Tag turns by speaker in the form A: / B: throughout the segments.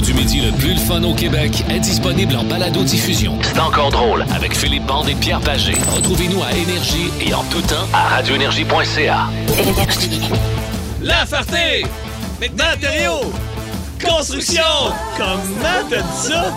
A: comédie le plus le fun au Québec est disponible en balado-diffusion. C'est encore drôle avec Philippe Bande et Pierre Pagé. Retrouvez-nous à Énergie et en tout temps à radioénergie.ca.
B: La Farté! Matériaux! Construction! Comment t'as dit ça?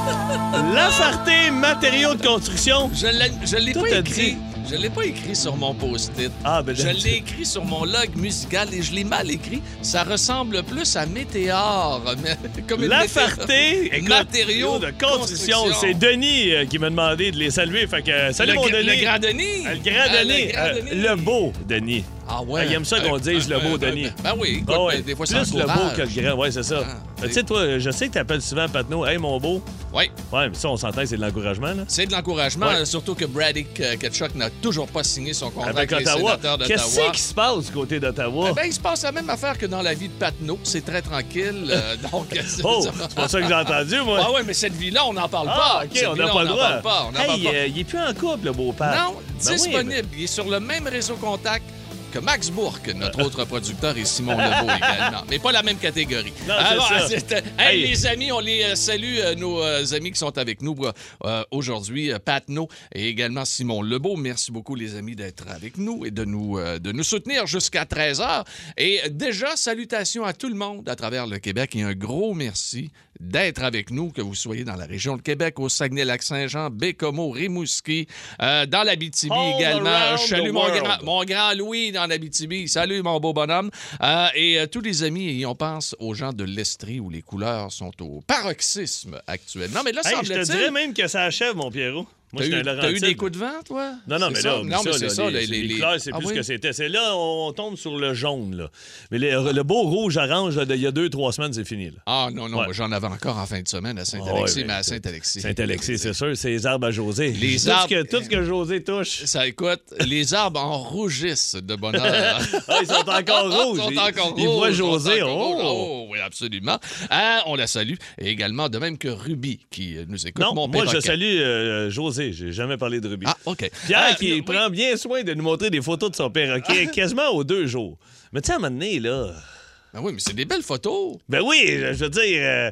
B: La Farté, matériaux de construction.
C: Je l'ai, je l'ai
B: Toi,
C: pas
B: t'as
C: écrit.
B: dit.
C: Je l'ai pas écrit sur mon post-it.
B: Ah, ben,
C: je
B: là, tu-
C: l'ai écrit sur mon log musical et je l'ai mal écrit. Ça ressemble plus à météore. mais- Comme une
B: La
C: météore.
B: Farté, écoute,
C: matériaux
B: de construction. C'est Denis euh, qui m'a demandé de les saluer. Fait que, euh, salut
C: le,
B: mon
C: gr-
B: Denis.
C: Le grand Denis.
B: Ah, le grand
C: Ah,
B: Denis.
C: grand
B: Euh,
C: Denis.
B: le beau Denis.
C: Ah ouais.
B: Ah, il aime ça qu'on
C: Euh,
B: dise le
C: euh,
B: beau
C: euh,
B: Denis.
C: Ben, ben oui, écoute,
B: Ah ouais,
C: ben, des fois,
B: Plus
C: ça
B: le beau
C: encourage.
B: que le grand. Ouais, c'est ça.
C: Ah,
B: Euh, tu sais, toi, je sais que t'appelles souvent Patnaud. Hey, mon beau.
C: Ouais,
B: Ouais, mais ça, on s'entend, c'est de l'encouragement, là.
C: c'est de l'encouragement,
B: Ouais.
C: euh, surtout que Braddock euh, Ketchuk n'a toujours pas signé son contrat
B: Avec
C: les
B: Ottawa.
C: sénateurs
B: Qu'est-ce
C: d'Ottawa.
B: qui se passe du côté d'Ottawa?
C: Eh ben, il se passe la même affaire que dans la vie de Patneau. C'est très tranquille. euh, donc, c'est-
B: oh, c'est pas ça que j'ai entendu, moi.
C: Ah ouais, mais cette vie-là, on n'en parle
B: Ah,
C: pas.
B: OK,
C: Cette
B: on
C: vie-là,
B: n'a pas le
C: n'en
B: droit.
C: parle pas, on n'en parle
B: hey,
C: pas.
B: euh, il est plus en couple, le beau-père.
C: Non,
B: Ben oui,
C: disponible. Il est sur le même réseau contact que Max Bourque, notre autre producteur, et Simon Lebeau également. Mais pas la même catégorie.
B: Non, c'est
C: Alors,
B: ça.
C: c'était- ah, euh, hey,
B: Hey.
C: les amis, on les euh, salue, euh, nos euh, amis qui sont avec nous euh, aujourd'hui. euh, Pat No et également Simon Lebeau. Merci beaucoup, les amis, d'être avec nous et de nous, euh, de nous soutenir jusqu'à 13h. Et déjà, salutations à tout le monde à travers le Québec et un gros merci d'être avec nous, que vous soyez dans la région de Québec, au Saguenay-Lac-Saint-Jean, Bécomo, Rimouski, euh, dans la BTB
B: All
C: également.
B: around
C: Je salue
B: the
C: mon
B: world.
C: grand, mon grand Louis dans la BTB. Salut, mon beau bonhomme. Euh, et euh, tous les amis, et on pense aux gens de l'Estrie où les couleurs sont au paroxysme actuellement. Mais là,
B: Hey, je te dirais
C: semble-t-il...
B: même que ça achève, mon Pierrot. Moi,
C: T'as
B: je suis
C: eu,
B: un
C: t'as eu
B: Laurentide.
C: des coups de vent, toi?
B: Non, non,
C: C'est
B: mais
C: ça?
B: là,
C: non, mais c'est ça,
B: là, les,
C: les,
B: les
C: les-
B: couleurs, c'est
C: Ah
B: plus
C: oui?
B: ce que c'était. C'est là, on tombe sur le jaune, là. Mais le, le beau rouge-orange là, d'il y a deux, trois semaines, c'est fini, là.
C: Ah non, non,
B: Ouais.
C: moi, j'en avais encore en fin de semaine à Saint-Alexis,
B: Ah ouais,
C: mais à
B: mais-
C: Saint-Alexis.
B: Saint-Alexis, c'est sûr, c'est les arbres à José.
C: Les
B: tout Ce
C: arbres-
B: que, tout ce que José touche,
C: Ça écoute, les arbres en rougissent de bonheur.
B: Ah, ils sont encore rouges.
C: Ils sont encore
B: Ils voient
C: rouges,
B: José.
C: ils sont encore
B: Oh!
C: rouges. Oh, oui, absolument. Ah, on la salue. Et également, de même que Ruby, qui euh, nous écoute.
B: Non,
C: mon
B: moi, je
C: perroquet.
B: salue euh, José. J'ai jamais parlé de Ruby.
C: Ah, OK.
B: Pierre
C: Ah,
B: qui
C: oui.
B: prend bien soin de nous montrer des photos de son perroquet quasiment aux deux jours. Mais tu sais, à un moment donné, là.
C: Ah oui, mais c'est des belles photos.
B: Ben oui, je je veux dire. euh,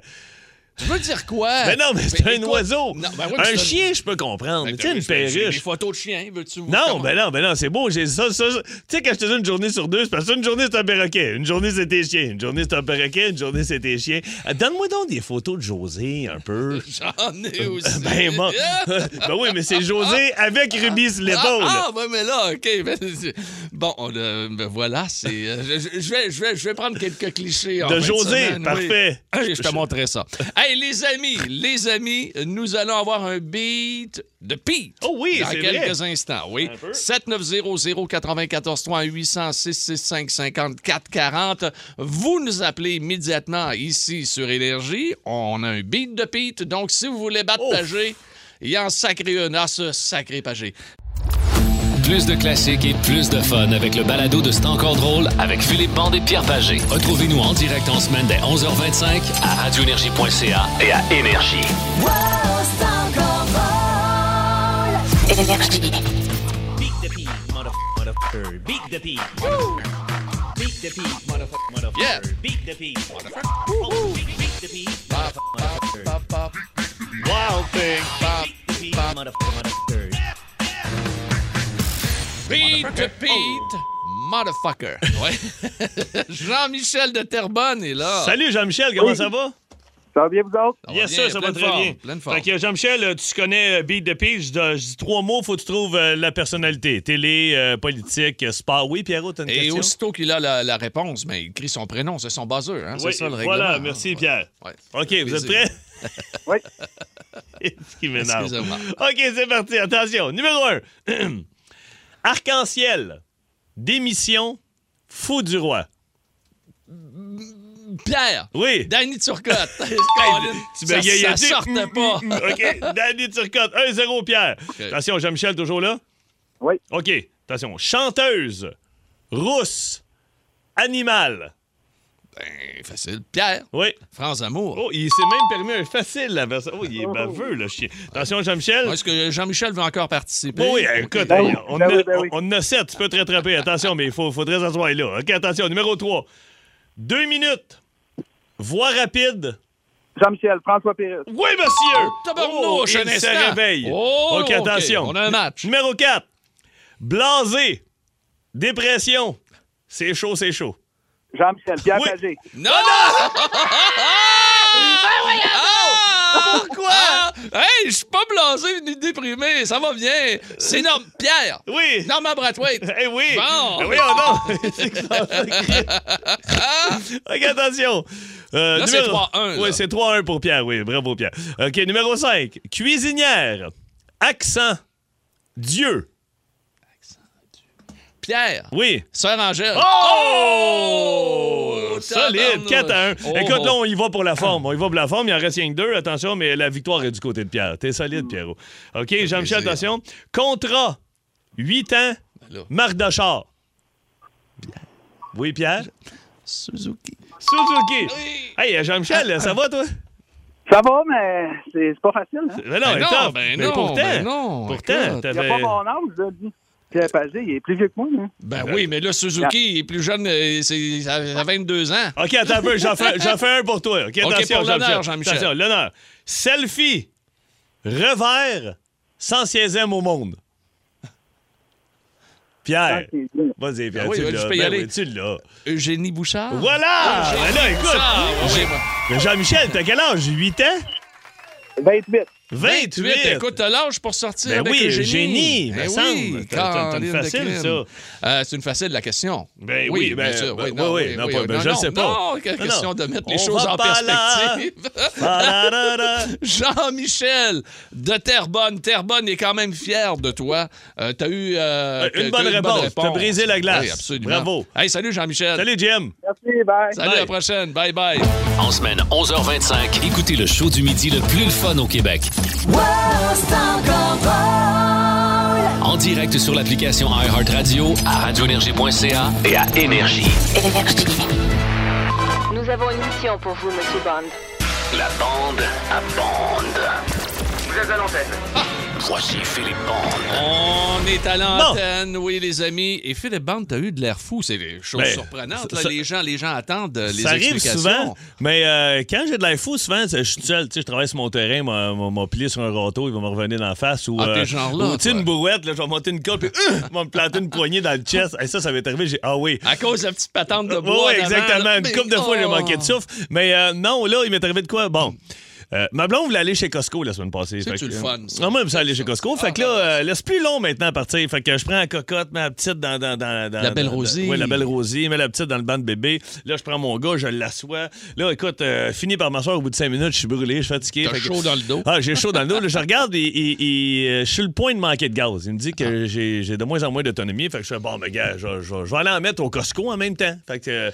C: Tu veux dire quoi?
B: ben non, mais c'est un
C: écoute-
B: oiseau.
C: Non, ben oui, mais
B: un
C: c'est
B: chien, je peux comprendre.
C: Ben,
B: Mais tu sais,
C: oui,
B: une
C: c'est- c'est Des
B: perruche.
C: photos de chiens, veux-tu? vous-
B: Non,
C: comment-
B: ben non, ben non, c'est beau. J'ai ça, ça. ça. Tu sais, quand je te donne une journée sur deux, c'est parce qu'une journée, c'est un perroquet. Une journée, c'est tes chiens. Une journée, c'est un perroquet. Une journée, c'est tes chiens. Euh, Donne-moi donc des photos de José, un peu.
C: J'en ai aussi.
B: Ben, mon- ben oui, mais c'est José avec Ruby sur l'épaule.
C: Ah, ah, ouais, mais là, OK. ben, c'est- bon, on, euh, ben voilà, c'est. euh, je- je, je vais, je, vais, je vais prendre quelques clichés. en
B: De
C: fin
B: José,
C: semaine, oui.
B: parfait.
C: Hey, je te montrerai ça. Hey, les amis, les amis, nous allons avoir un beat de Pete.
B: Oh oui,
C: Dans
B: c'est
C: quelques
B: vrai.
C: instants, oui.
B: Un peu.
C: 7900-943-800-665-5440. Vous nous appelez immédiatement ici sur Énergie. On a un beat de Pete. Donc, si vous voulez battre
B: Oh.
C: Pagé, il y a un sacré une à ce sacré Pagé.
A: Plus de classiques et plus de fun avec le balado de C'est encore drôle avec Philippe Bande et Pierre Pagé. Retrouvez-nous en direct en semaine dès 11h25 à radioénergie.ca et à Énergie.
D: Beat the pig, motherf- motherfucker. Beat the pig, motherfucker. Beat the pig, motherf- motherfucker.
C: Yeah.
D: Beat the pig, motherfucker. Oh, beat- beat the pig, motherf- motherfucker.
B: Wild thing.
D: Beat the pig, motherf- motherfucker.
C: Beat the Pete, motherfucker. Ouais. Jean-Michel de Terrebonne est là.
B: Salut Jean-Michel, comment ça va?
E: Ça va bien, vous autres?
C: va
B: Yes,
C: bien,
B: sir, ça va
C: pleine
B: très
C: forme,
B: bien.
C: pleine forme.
B: Fait que Jean-Michel, euh, tu connais euh, Beat the Pig, je dois- je dis trois mots, faut que tu trouves euh, la personnalité. Télé, euh, politique, euh, sport. Oui, Pierrot, t'as une
C: Et
B: question?
C: aussitôt qu'il a la, la réponse, mais il écrit son prénom, c'est son buzzer, hein,
B: Oui,
C: c'est ça le règlement.
B: voilà,
C: hein.
B: merci
C: Ouais.
B: Pierre.
C: Ouais.
B: OK, vous êtes
C: Plaisir.
B: prêts?
E: Oui.
B: Ce qui m'énerve.
C: Excusez-moi.
B: OK, c'est parti, attention. Numéro un. Arc-en-ciel, démission, fou du roi.
C: Pierre!
B: Oui.
C: Danny Turcotte!
B: Tu
C: ça,
B: bégayais,
C: ça
B: tu sais.
C: sortait pas!
B: mm, OK. Danny Turcotte, 1-0, Pierre. Attention, Jean-Michel, toujours là?
E: Oui.
B: OK. Attention. Chanteuse, rousse, animal.
C: Ben, facile. Pierre!
B: Oui.
C: France Amour!
B: Oh, il s'est même permis un facile, la version. Oh, il est baveux, le chien. Attention, Jean-Michel.
C: Est-ce que Jean-Michel veut encore participer? Oh,
B: Oui,
C: Ok.
B: écoute,
E: Ben oui,
B: hey, on,
E: ben
B: en a-
E: oui, ben oui.
B: on en a sept, tu peux te rattraper. Attention, mais il faut, faudrait s'asseoir là. OK, attention, numéro 3. Deux minutes. Voix rapide.
E: Jean-Michel, François Pérus.
B: Oui, monsieur! Oh,
C: Tabarnouche,
B: il
C: un
B: se
C: instant.
B: réveille.
C: Oh,
B: OK, attention.
C: On a un match.
B: Numéro 4. Blasé. Dépression. C'est chaud, c'est chaud.
E: Jean-Michel, Pierre
B: Oui.
E: Pagé.
C: Non! Ah! Ah!
B: Pourquoi?
C: Ah! Hey, je suis pas blasé ni déprimé, ça va bien. C'est normal. Pierre!
B: Oui.
C: Norman Brathwaite!
B: Eh oui!
C: Bon.
B: Eh oui, oh non! C'est que ça, ça crie. OK, attention! Euh,
C: Là, c'est 3-1, là.
B: Oui, c'est 3-1 pour Pierre, oui. Bravo, Pierre. OK, numéro 5. Cuisinière. Accent. Dieu.
C: Pierre!
B: Oui.
C: Sœur Angèle!
B: Oh!
C: Oh!
B: Solide,
C: Tabarnouche.
B: 4 à 1.
C: Oh,
B: Écoute,
C: oh.
B: là, on y va pour la forme. On y va pour la forme. Il en reste rien que deux. Attention, mais la victoire est du côté de Pierre. T'es solide, Pierrot. OK, Jean-Michel,
C: Mm. plaisir. Ben
B: attention. Contrat, 8 ans,
C: Là.
B: Mardachard. Oui, Pierre?
C: Suzuki!
B: Suzuki.
C: Oui.
B: Hey, Jean-Michel, ça va, toi?
E: Ça va, mais c'est c'est pas facile. hein?
B: Ben
C: Ben non,
B: attends,
C: ben
B: mais
C: non,
B: pourtant,
C: ben non,
B: pourtant,
C: écoute.
E: Il a
B: t'avais...
E: pas mon âge, je dis. Pierre Pagé, il est plus vieux que moi. hein?
C: Ben oui, mais là,
B: Ah.
C: Suzuki il est plus jeune, euh, c'est à à 22 ans.
B: OK, attends un peu, j'en fais, j'en fais un pour toi. OK,
C: OK,
B: attention,
C: pour l'honneur,
B: Jean-Michel.
C: Jean-Michel.
B: Attention, l'honneur. Selfie, revers, 116e au monde. Pierre.
E: C'est bien.
B: Vas-y, Pierre,
C: Ah oui,
B: tu
C: ouais,
B: l'as.
C: tu peux y
B: Ben
C: aller.
B: oui, tu l'as.
C: Eugénie Bouchard?
B: Voilà! Ben là, écoute,
C: Ah, oui, moi.
B: mais Jean-Michel, t'as quel âge? 8 ans?
E: 28.
B: 28!
C: 28, écoute, t'as l'âge pour sortir
B: Ben
C: avec
B: oui,
C: Eugénie.
B: Eugénie, il me
C: Ben
B: semble.
C: oui,
B: T'as- t'as- t'as une
C: Caroline de
B: facile,
C: Quine. Euh, c'est une facile, la question.
B: Ben oui, ben,
C: bien sûr.
B: ben,
C: oui,
B: oui,
C: non,
B: oui,
C: oui,
B: non,
C: oui,
B: pas-
C: oui.
B: ben,
C: non,
B: je
C: non,
B: sais pas.
C: Non, que-
B: Non,
C: question
B: non.
C: de mettre les
B: On
C: choses
B: va
C: en
B: pas là.
C: perspective.
B: Ah, Ta-da-da-da.
C: Jean-Michel de Terrebonne. Terrebonne est quand même fier de toi. Euh, t'as eu euh,
B: Euh, une
C: t'as
B: bonne
C: eu
B: réponse. T'as brisé la glace.
C: Oui, absolument.
B: Bravo.
C: Hey, salut Jean-Michel.
B: Salut, Jim!
E: Merci, bye.
C: Salut, à la
B: Bye.
C: prochaine. Bye bye.
A: En semaine 11h25, écoutez le show du midi le plus le fun au Québec. En direct sur l'application iHeartRadio, à radioénergie.ca et à Énergie.
F: Nous avons une mission pour vous, Monsieur Bond.
A: La bande à bande. Voici Philippe Bande.
C: On est à
B: Bon.
C: l'antenne, oui, les amis. Et Philippe Bande, t'as eu de l'air fou. C'est des choses
B: Ben,
C: surprenantes.
B: ça-
C: là.
B: ça-
C: les, gens, les gens attendent euh, les
B: ça arrive
C: explications.
B: souvent, mais euh, quand j'ai de la fou, souvent, je suis tout seul. Tu sais, je travaille sur mon terrain, m'a- m'a m'a plié sur un râteau, il va me revenir dans la face. Ou,
C: Ah,
B: euh,
C: t'es genre là,
B: ou, tu sais,
C: toi.
B: une brouette, là, je vais monter une corde, puis euh, je vais me planter une poignée dans le chest. Et ça, ça m'est arrivé, j'ai ah oui.
C: À cause de la petite patente de
B: Oui,
C: bois. en avant,
B: Euh, exactement.
C: là.
B: Une couple de fois, j'ai
C: Oh.
B: manqué de souffle. Mais euh, non, là, il m'est arrivé de quoi? Bon. Euh, ma blonde voulait aller chez Costco la semaine passée.
C: C'est
B: Fait
C: du
B: que,
C: le
B: euh,
C: fun, ça.
B: Ah, moi, j'aime ça aller chez Costco.
C: Ah,
B: fait que là, euh, laisse plus long maintenant à partir. Fait que je prends la cocotte, mets la petite dans. dans, dans, dans-
C: La belle
B: dans-
C: Rosie.
B: Oui, la belle Rosie. Mets la petite dans le banc de bébé. Là, je prends mon gars, je l'assois. Là, écoute, euh, fini par m'asseoir au bout de cinq minutes. Je suis brûlé, je suis fatigué.
C: T'as
B: Fait que-
C: chaud dans le dos.
B: Ah, j'ai chaud dans le dos. Là, je regarde et, et- et, euh, je suis le point de manquer de gaz. Il me dit
C: Ah.
B: que j'ai j'ai de moins en moins d'autonomie. Fait que je fais, bon, mais gars, je, je- je vais aller en mettre au Costco en même temps. Fait que, euh,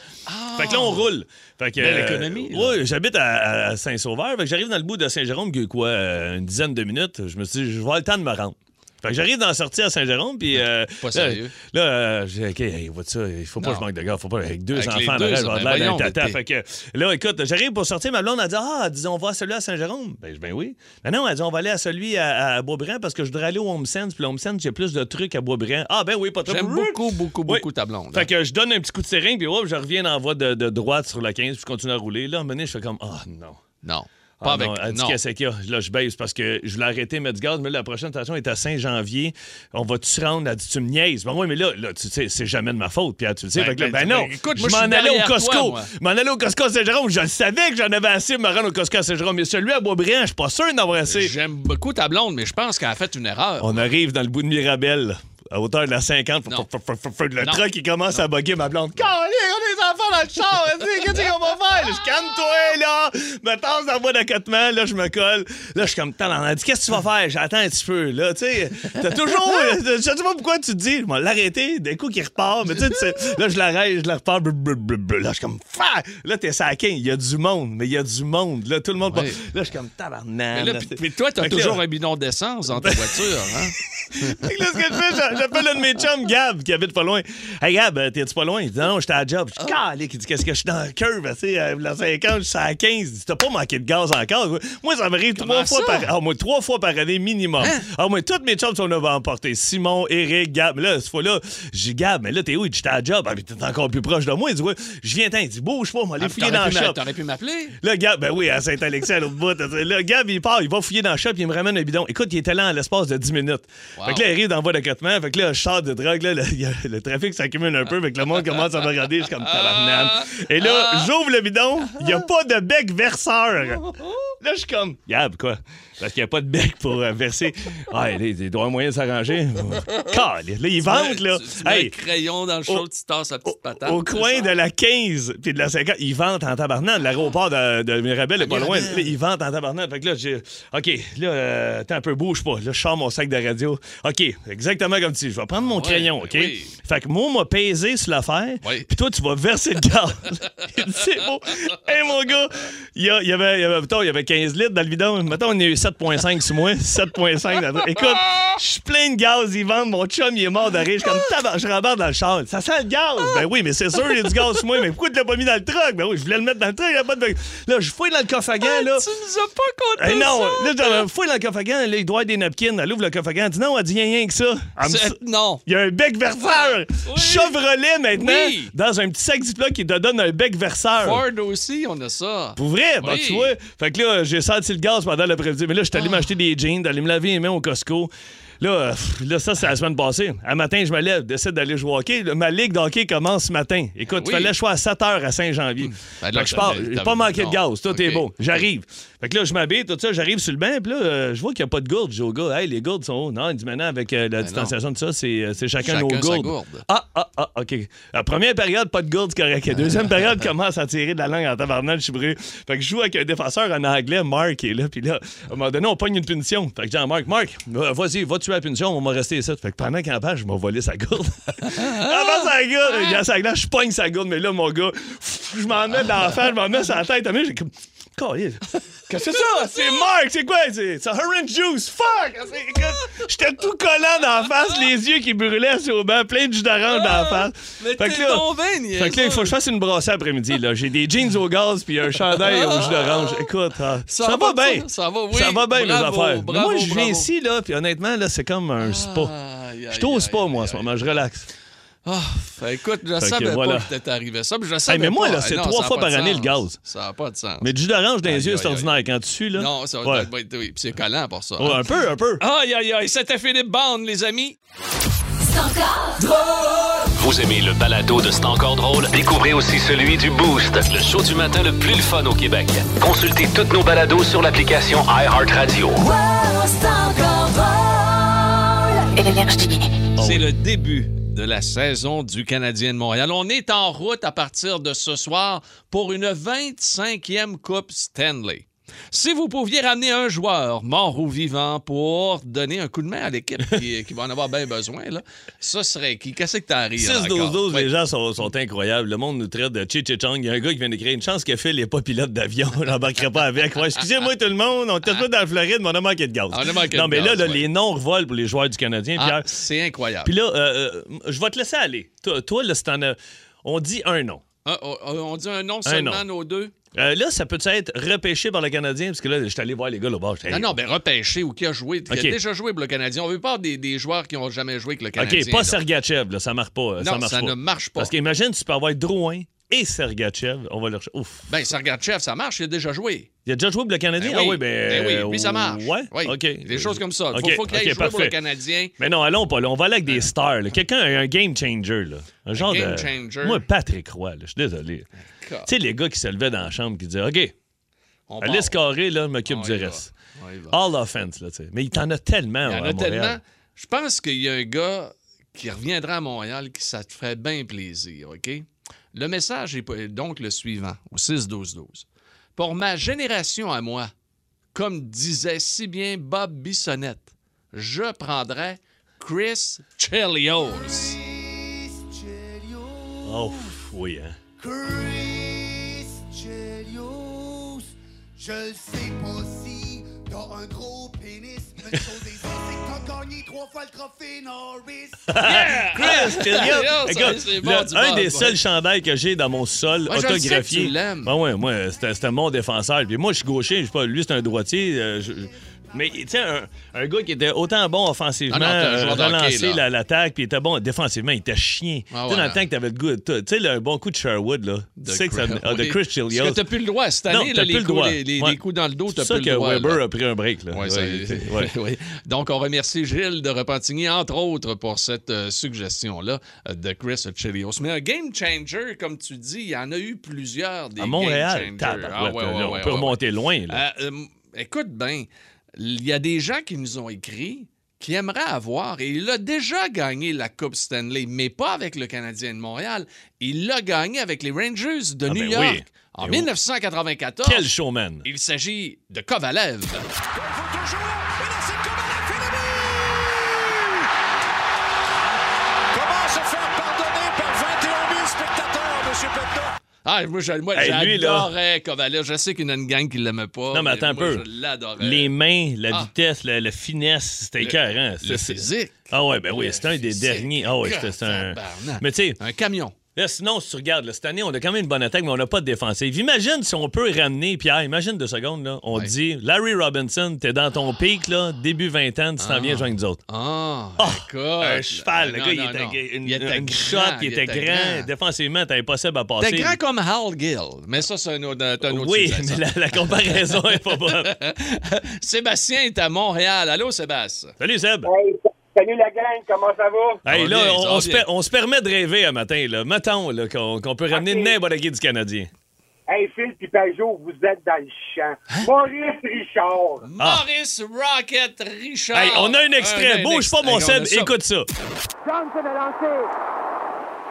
B: fait que là, on roule. Fait que,
C: Ah. Belle économie, là.
B: oui, j'habite à, à Saint-Sauveur. Fait que j'arrive dans le bout de Saint-Jérôme, que quoi, euh, une dizaine de minutes. Je me suis dit, je vais avoir le temps de me rendre. Fait que j'arrive dans la sortie à Saint-Jérôme, puis... euh,
C: Pas
B: là,
C: sérieux.
B: Là, euh, j'ai dit, OK, hey, vois-tu ça, il faut pas
C: Non.
B: que je manque de gaz. Faut pas, avec deux
C: Avec les
B: enfants,
C: deux,
B: là, je
C: ça,
B: vais
C: ben
B: avoir
C: voyons,
B: de l'air tata.
C: t'es-
B: Fait que là, écoute, j'arrive pour sortir, ma blonde, elle dit, ah, disons, on va à celui à Saint-Jérôme. Ben, je dis, ben oui. Ben non, elle dit, on va aller à celui à, à Boisbriand parce que je voudrais aller au Home Sense, puis le Home Sense, j'ai plus de trucs à Boisbriand. Ah, ben oui, pas trop.
C: J'aime beaucoup, beaucoup,
B: Oui.
C: beaucoup ta blonde. hein.
B: Fait que je donne un petit coup de seringue, puis hop, je reviens en voie de, de droite sur la 15, puis je continue à rouler. Là, à un moment donné, je fais comme, ah non.
C: Non.
B: Ah,
C: Pas avec.
B: non, elle dit
C: non.
B: qu'est-ce qu'il y a? Là, je baisse parce que je voulais arrêter mettre du gaz, mais là, la prochaine station est à Saint-Janvier. On va-tu se rendre? Elle dit, tu me niaises. Ben oui, mais là, là tu sais, c'est jamais de ma faute, Pierre, tu le sais.
C: Ben,
B: Fait que là,
C: ben,
B: ben non,
C: ben, écoute, moi,
B: je
C: je
B: m'en
C: suis
B: allais au
C: derrière toi,
B: Costco.
C: moi.
B: je m'en allais au Costco à Saint-Jérôme. Je le savais que j'en avais assez pour me rendre au Costco à Saint-Jérôme. Mais celui à Boisbriand, je suis pas sûr d'avoir assez.
C: J'aime beaucoup ta blonde, mais je pense qu'elle a fait une erreur.
B: On arrive dans le bout de Mirabelle, à hauteur de la 50.
C: Non.
B: F- f- f- f- Le
C: Non.
B: truck, il commence à bugger ma blonde. Calé, on est enfants dans le char. vas-y, Qu'est-ce qu'on va faire? Je calme-toi, là. Me tasse dans la boîte d'accotement. Là, je me colle. Là, je suis comme, t'en a dit, qu'est-ce que tu vas faire? J'attends un petit peu. Là, tu sais, t'as toujours. euh, Je sais pas pourquoi tu te dis, je vais l'arrêter. D'un coup, qui repart. Mais tu sais, tu sais, là, je l'arrête, je la repars. Blub, blub, blub, blub. Là, je suis comme, fuck! Là, t'es saquin. Il y a du monde. Mais il y a du monde. Là, tout le monde.
C: Ouais.
B: Là, je suis comme, tabarnak.
C: Mais là,
B: là,
C: puis-
B: c'est-
C: puis toi, t'as
B: Fait que là- Ben,
C: toujours un bidon d'essence dans ta voiture, hein?
B: Fait que là, ce que je fais, j'a- j'appelle un de mes chums, Gab, qui habite pas loin. Hey, Gab, euh, t'es-tu pas loin? Il dit, non, j'étais à la job. Je dis, calé qui dit qu'est-ce que je suis dans le curve, tu sais, à la 50, je suis à 15. Il dit, t'as pas manqué de gaz encore. Moi, ça m'arrive
C: ça?
B: trois fois par ah, moi, trois fois par année minimum. Ah, moi, toutes mes chums sont va emporter. Simon, Eric, Gab. Mais Là, cette fois-là, j'ai dit, Gab, mais là, t'es où? Il dit, j'étais à la job. Ah, mais t'es encore plus proche de moi. Il dit, ouais, je viens, t'in. Il dit, bouge pas, on va
C: Ah,
B: aller fouiller dans le shop.
C: T'aurais pu m'appeler?
B: Là, Gab, ben oui, à Saint-Alexis, à l'autre bout. Là, Gab, il part, il va fouiller dans le shop, il me ramène un bidon. Écoute, il était là en l'espace de 10 minutes.
C: Wow.
B: Fait que là, il arrive dans le voie de Cotement. Fait que là, je sors de drogue, là, le, il y a- le trafic s'accumule un peu. Fait que le monde commence à me regarder, je suis comme tabarnane. Et
C: Ah.
B: là, j'ouvre le bidon, il n'y a pas de bec verseur. Là, je suis comme, Gab, quoi? Parce qu'il n'y a pas de bec pour euh, verser. Ah, là, il doit y avoir moyen de s'arranger. Calé. Là, il vante, là.
C: Tu, tu mets
B: Hey,
C: un crayon dans le chaud, tu tasses la petite patate.
B: au coin de la 15 puis de la 50, ils vendent en tabarnak. L'aéroport de, de Mirabel est pas loin. Là, ils vendent en tabarnak. Fait que là, j'ai. OK, là, euh, attends un peu, bouge pas. Là, je sors mon sac de radio. OK, exactement comme tu dis. Je vais prendre mon
C: Ouais,
B: crayon,
C: ben
B: OK?
C: oui.
B: Fait que moi, m'a pesé sur l'affaire.
C: Oui.
B: Puis toi, tu vas verser le gaz. Il dit, C'est beau. Hé, mon gars, il y, a- il y avait, il y, avait, mettons, il y avait 15 litres dans le bidon. Mettons, on est eu 7,5 sous moi. 7,5. dans- Écoute, je suis plein de gaz. Ils vendent. Mon chum, il est mort de rire. Je suis comme tabar, je rembarre dans le char. Ça sent le gaz. Ben oui, mais c'est sûr, il y a du gaz sous moi. Mais pourquoi tu l'as pas mis dans le truck? Ben oui, je voulais le mettre dans le truck. Il y a pas de... Là, je fouille dans le coffre à gants, là.
C: Ah, Tu nous as pas
B: Eh
C: compté
B: non,
C: ça!
B: là, dans le fouille dans le coffre à gants, là, il doit y avoir des napkins. Elle ouvre le coffre à gants, elle dit non, elle dit rien, rien que ça. Elle me
C: C'est-
B: sort-
C: Non.
B: il y a un bec verseur!
C: Oui.
B: Chevrolet maintenant!
C: Oui.
B: Dans un petit sac Ziploc qui te donne un bec verseur!
C: Ford aussi, on a ça.
B: Pour vrai, bah,
C: Oui. Ah.
B: tu vois. Fait que là, j'ai senti le gaz pendant l'après-midi. Mais là, je suis allé m'acheter des jeans, d'aller me laver les mains au Costco. Là, euh, pff, là ça, c'est la semaine passée. Un matin, je me lève, décide d'aller jouer au hockey. Là, Ma ligue de hockey commence ce matin.
C: Ah
B: Écoute,
C: oui.
B: il fallait que je sois à 7 h à Saint-Janvier.
C: Ben là,
B: fait que je pars.
C: t'as-
B: J'ai
C: t'as-
B: pas manqué de
C: non.
B: gaz. Tout est
C: Ok.
B: beau. J'arrive. Fait que là, je m'habille, tout ça. J'arrive sur le banc. Puis là, euh, je vois qu'il n'y a pas de gourde. Je dis au gars, hey, les gourdes sont hauts. Non, il dit maintenant, avec euh,
C: Ben
B: la distanciation de ça, c'est euh, c'est chacun, nos
C: Chacun sa
B: gourdes.
C: gourde.
B: Ah, ah, ah, OK. La première période, pas de gourde, c'est correct. La deuxième période commence à tirer de la langue en tabarnak, je suis brûlé. Fait que je joue avec un défenseur en anglais, Mark, et là, puis là, à un moment donné, on pogne une punition. Fait que j'ai Mark, Mark, euh, vas-y, va tuer la punition, on va rester ici. Fait que pendant qu'il en parle, je m'ai volé sa gourde. Avant sa
C: Ah!
B: gourde, il y a sa glace, je pogne sa gourde, mais là, mon gars, pff, je m'en mets dans la face, je m'en mets sur la tête. Mais j'ai comme. Caliste. Qu'est-ce que c'est ça? C'est Mark, c'est quoi? C'est c'est orange juice, fuck! C'est- écoute, J'étais tout collant dans la face, les yeux qui brûlaient sur le banc, plein de jus d'orange dans la face.
C: Ah, Mais
B: Fait que
C: t'es
B: là-
C: donc ben niaiseux.
B: Fait que là, il faut que je fasse une brassée après-midi. là. J'ai des jeans au gaz puis un chandail au jus d'orange. Écoute, ah, ça, va bien.
C: ça va, oui.
B: Ça va bien, mes
C: Bravo,
B: affaires. Mais
C: bravo,
B: moi, je viens
C: bravo.
B: ici, là, puis honnêtement, là, c'est comme un spa.
C: Aïe,
B: Je
C: aïe,
B: t'ose
C: aïe,
B: pas, moi, en
C: aïe,
B: ce
C: aïe.
B: moment. Je relaxe.
C: Ah, fait, écoute, je
B: que
C: savais pas
B: voilà.
C: que t'étais arrivé ça, mais je savais
B: mais moi,
C: pas.
B: là, c'est
C: Eh non, ça
B: trois
C: a
B: fois
C: pas
B: par
C: de
B: année,
C: sens.
B: le gaz.
C: Ça n'a pas de sens.
B: Mais du jus d'orange dans les
C: Aïe,
B: yeux,
C: aïe,
B: c'est ordinaire. Quand tu suis, là.
C: Non, ça
B: Ouais.
C: va être... Oui, puis c'est collant pour ça.
B: Ouais, un peu, un peu.
C: Aïe, aïe, aïe, c'était Philippe Bond, les amis.
A: Vous aimez le balado de C'est encore drôle? Découvrez aussi celui du Boost, le show du matin le plus le fun au Québec. Consultez toutes nos balados sur l'application iHeartRadio.
B: Ah
C: C'est le début de la saison du Canadien de Montréal. On est en route à partir de ce soir pour une 25e Coupe Stanley. Si vous pouviez ramener un joueur mort ou vivant pour donner un coup de main à l'équipe qui, qui va en avoir bien besoin, là, ce serait qui? Qu'est-ce que t'as
B: 6-12-12, les gens sont, sont incroyables. Le monde nous traite de chi chi chong Il y a un gars qui vient d'écrire une chance que Phil n'est pas pilote d'avion. Je n'embarquerai pas avec. Ouais, Excusez-moi tout le monde, on teste pas dans la Floride, mais on a manqué de gaz.
C: Ah. On a manqué
B: non,
C: de
B: mais là,
C: gaz,
B: là,
C: ouais.
B: les noms revolent pour les joueurs du Canadien. Pierre.
C: Ah, c'est incroyable.
B: Puis là, euh, euh, je vais te laisser aller. Toi, toi, là, si t'en as- On dit un nom.
C: Ah, oh, oh, on dit un nom seulement, nos deux?
B: Euh, là, ça peut être repêché par le Canadien? Parce que là, je suis allé voir les gars là-bas. j'étais-
C: Non, non, ben repêché ou qui a joué, qui
B: OK.
C: a déjà joué pour le Canadien. On veut pas des, des joueurs qui n'ont jamais joué avec le Canadien.
B: OK, pas
C: là.
B: Sergachev, là, ça marche pas. euh, ça
C: Non,
B: marche
C: ça
B: pas.
C: ne marche pas.
B: Parce qu'imagine, tu peux avoir Drouin et Sergachev. On va leur. Ouf.
C: Ben, ça regarde chef, ça marche, il a déjà joué.
B: Il a déjà joué pour le Canadien?
C: Ben
B: ah oui, ben.
C: ben oui, puis ça
B: euh,
C: marche.
B: Ouais?
C: Oui,
B: OK.
C: Des choses comme ça. Il
B: OK,
C: faut, qu'il aille
B: OK,
C: jouer pour le
B: parfait.
C: Canadien.
B: Mais non, allons pas là. On va aller avec des stars. là. Quelqu'un, un game changer. Là. Un, genre
C: game
B: de.
C: changer.
B: Moi, Patrick Roy, là, je suis désolé. Tu
C: God.
B: sais, les gars qui se levaient dans la chambre qui disaient OK,
C: On part.
B: allez carré, là, m'occupe
C: On
B: du
C: y va.
B: reste.
C: On y va.
B: All offense, là, tu sais. Mais il t'en a tellement. hein,
C: Il y en
B: à
C: a
B: Montréal.
C: tellement. Je pense qu'il y a un gars qui reviendra à Montréal qui ça te ferait bien plaisir, OK? Le message est pas- donc le suivant, au 6-12-12. Pour ma génération à moi, comme disait si bien Bob Bissonnette, je prendrais Chris Chelios.
B: Oh, pff, oui, hein.
G: Chris Chelios, je le sais pas si T'as un gros pénis, mais le show des autres, c'est que t'as gagné trois fois le trophée Norris.
B: Chris, Chériot.
C: Ah, ça,
B: Écoute,
C: c'est bon,
B: le-
C: du
B: un
C: bon,
B: des
C: bon.
B: seuls chandails que j'ai dans mon sol
C: Moi, je le sais que
B: autographié.
C: tu l'aimes.
B: Ben ouais, moi, c'était c'était mon défenseur. Puis moi, je suis gaucher, je sais pas, lui, c'est un droitier. euh, je- je- mais tu sais, un, un gars qui était autant bon offensivement, euh,
C: Ah non, t'es un joueur de
B: relancer
C: hockey, là.
B: la- l'attaque, puis il était bon défensivement, il était chien.
C: Ah
B: tu sais,
C: ouais,
B: dans
C: hein.
B: le temps que t'avais le goût, tu sais, le bon coup de Sherwood, là. Tu sais que ça, ah, de
C: Oui.
B: Chris Chilios.
C: Parce que t'as plus le droit cette
B: Non,
C: année,
B: t'as
C: là,
B: plus
C: les,
B: le
C: coups,
B: droit.
C: les- les-
B: Ouais.
C: les coups dans le dos,
B: C'est
C: t'as
B: ça
C: plus
B: que
C: le droit. là.
B: Weber a pris un break, là.
C: Ouais,
B: Euh, Ouais,
C: ça-
B: c'est- ouais.
C: oui. Donc, on remercie Gilles de Repentigny, entre autres, pour cette euh, suggestion-là euh, de Chris Chelios. Mais un game changer, comme tu dis, il y en a eu plusieurs des
B: À Montréal,
C: game changers. Ah,
B: tabarouette,
C: ouais, ouais,
B: là,
C: ouais,
B: on peut
C: ouais,
B: remonter loin. là.
C: euh, euh, écoute bien, il y a des gens qui nous ont écrit qui aimeraient avoir, et il a déjà gagné la Coupe Stanley, mais pas avec le Canadien de Montréal. Il l'a gagné avec les Rangers de
B: Ah,
C: New
B: ben
C: York
B: oui.
C: en
B: Et oh.
C: 1994.
B: Quel showman!
C: Il s'agit de Kovalev. Ah, moi, je- moi,
B: Hey, lui, là.
C: j'adorais Kovalev. Je sais qu'il y en a une gang qui l'aimait pas.
B: Non, mais attends un
C: moi,
B: peu.
C: Je l'adorais.
B: Les mains, la
C: Euh, Ah.
B: vitesse, la, la finesse, c'était écœurant.
C: le
B: Ça, c'est-
C: physique.
B: Ah ouais, ben oui, c'était un des
C: physique.
B: derniers. Ah ouais, c'était c'était un.
C: Tabarnak.
B: Mais tu sais,
C: Un camion.
B: là, sinon, si tu regardes, là, cette année, on a quand même une bonne attaque, mais on n'a pas de défensive. Imagine si on peut ramener, Pierre, imagine deux secondes, là, on dit Larry Robinson, t'es dans ton pic, là, début vingtaine, tu t'en viens joindre nous autres.
C: Ah,
B: Ah,
C: écoute.
B: un cheval, le
C: Non,
B: gars,
C: non, non.
B: il était, une,
C: Il était
B: une
C: grand,
B: shot, il était grand. Défensivement, t'es impossible à
C: Il
B: passer.
C: était grand comme Hal Gill. Mais ça, c'est un autre, un autre
B: oui,
C: sujet, ça.
B: mais la, la comparaison est pas bonne.
C: Sébastien est à Montréal. Allô, Sébastien?
B: Salut Seb.
E: Hey, salut la gang, comment ça va?
B: Hey,
C: va
B: là,
C: bien,
B: on,
C: ça va
B: on se
C: bien.
B: per- on se permet de rêver un matin. Là. Mettons là, qu'on qu'on peut ramener
E: Ok.
B: n'importe qui du Canadien.
E: Hey, Phil puis Pajot, vous êtes dans le champ.
C: Hein?
E: Maurice Richard.
B: Ah.
C: Maurice Rocket Richard.
B: Hey, on a un
C: Ah, Un-
B: extrait.
C: un
B: Bouge pas,
C: extrait.
B: mon
C: Hey, on a
B: Seb.
C: ça.
B: Écoute ça.
H: Johnson a lancé.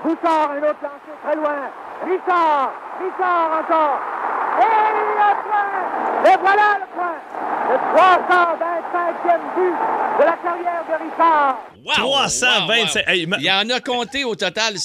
H: Bouchard, un autre lancé très loin. Richard, Richard encore. Et le point! Et voilà le point! Le 325e but de la carrière de Richard.
C: Wow,
B: 325.
C: wow, wow.
B: Hey, ma-
C: Il en a compté au total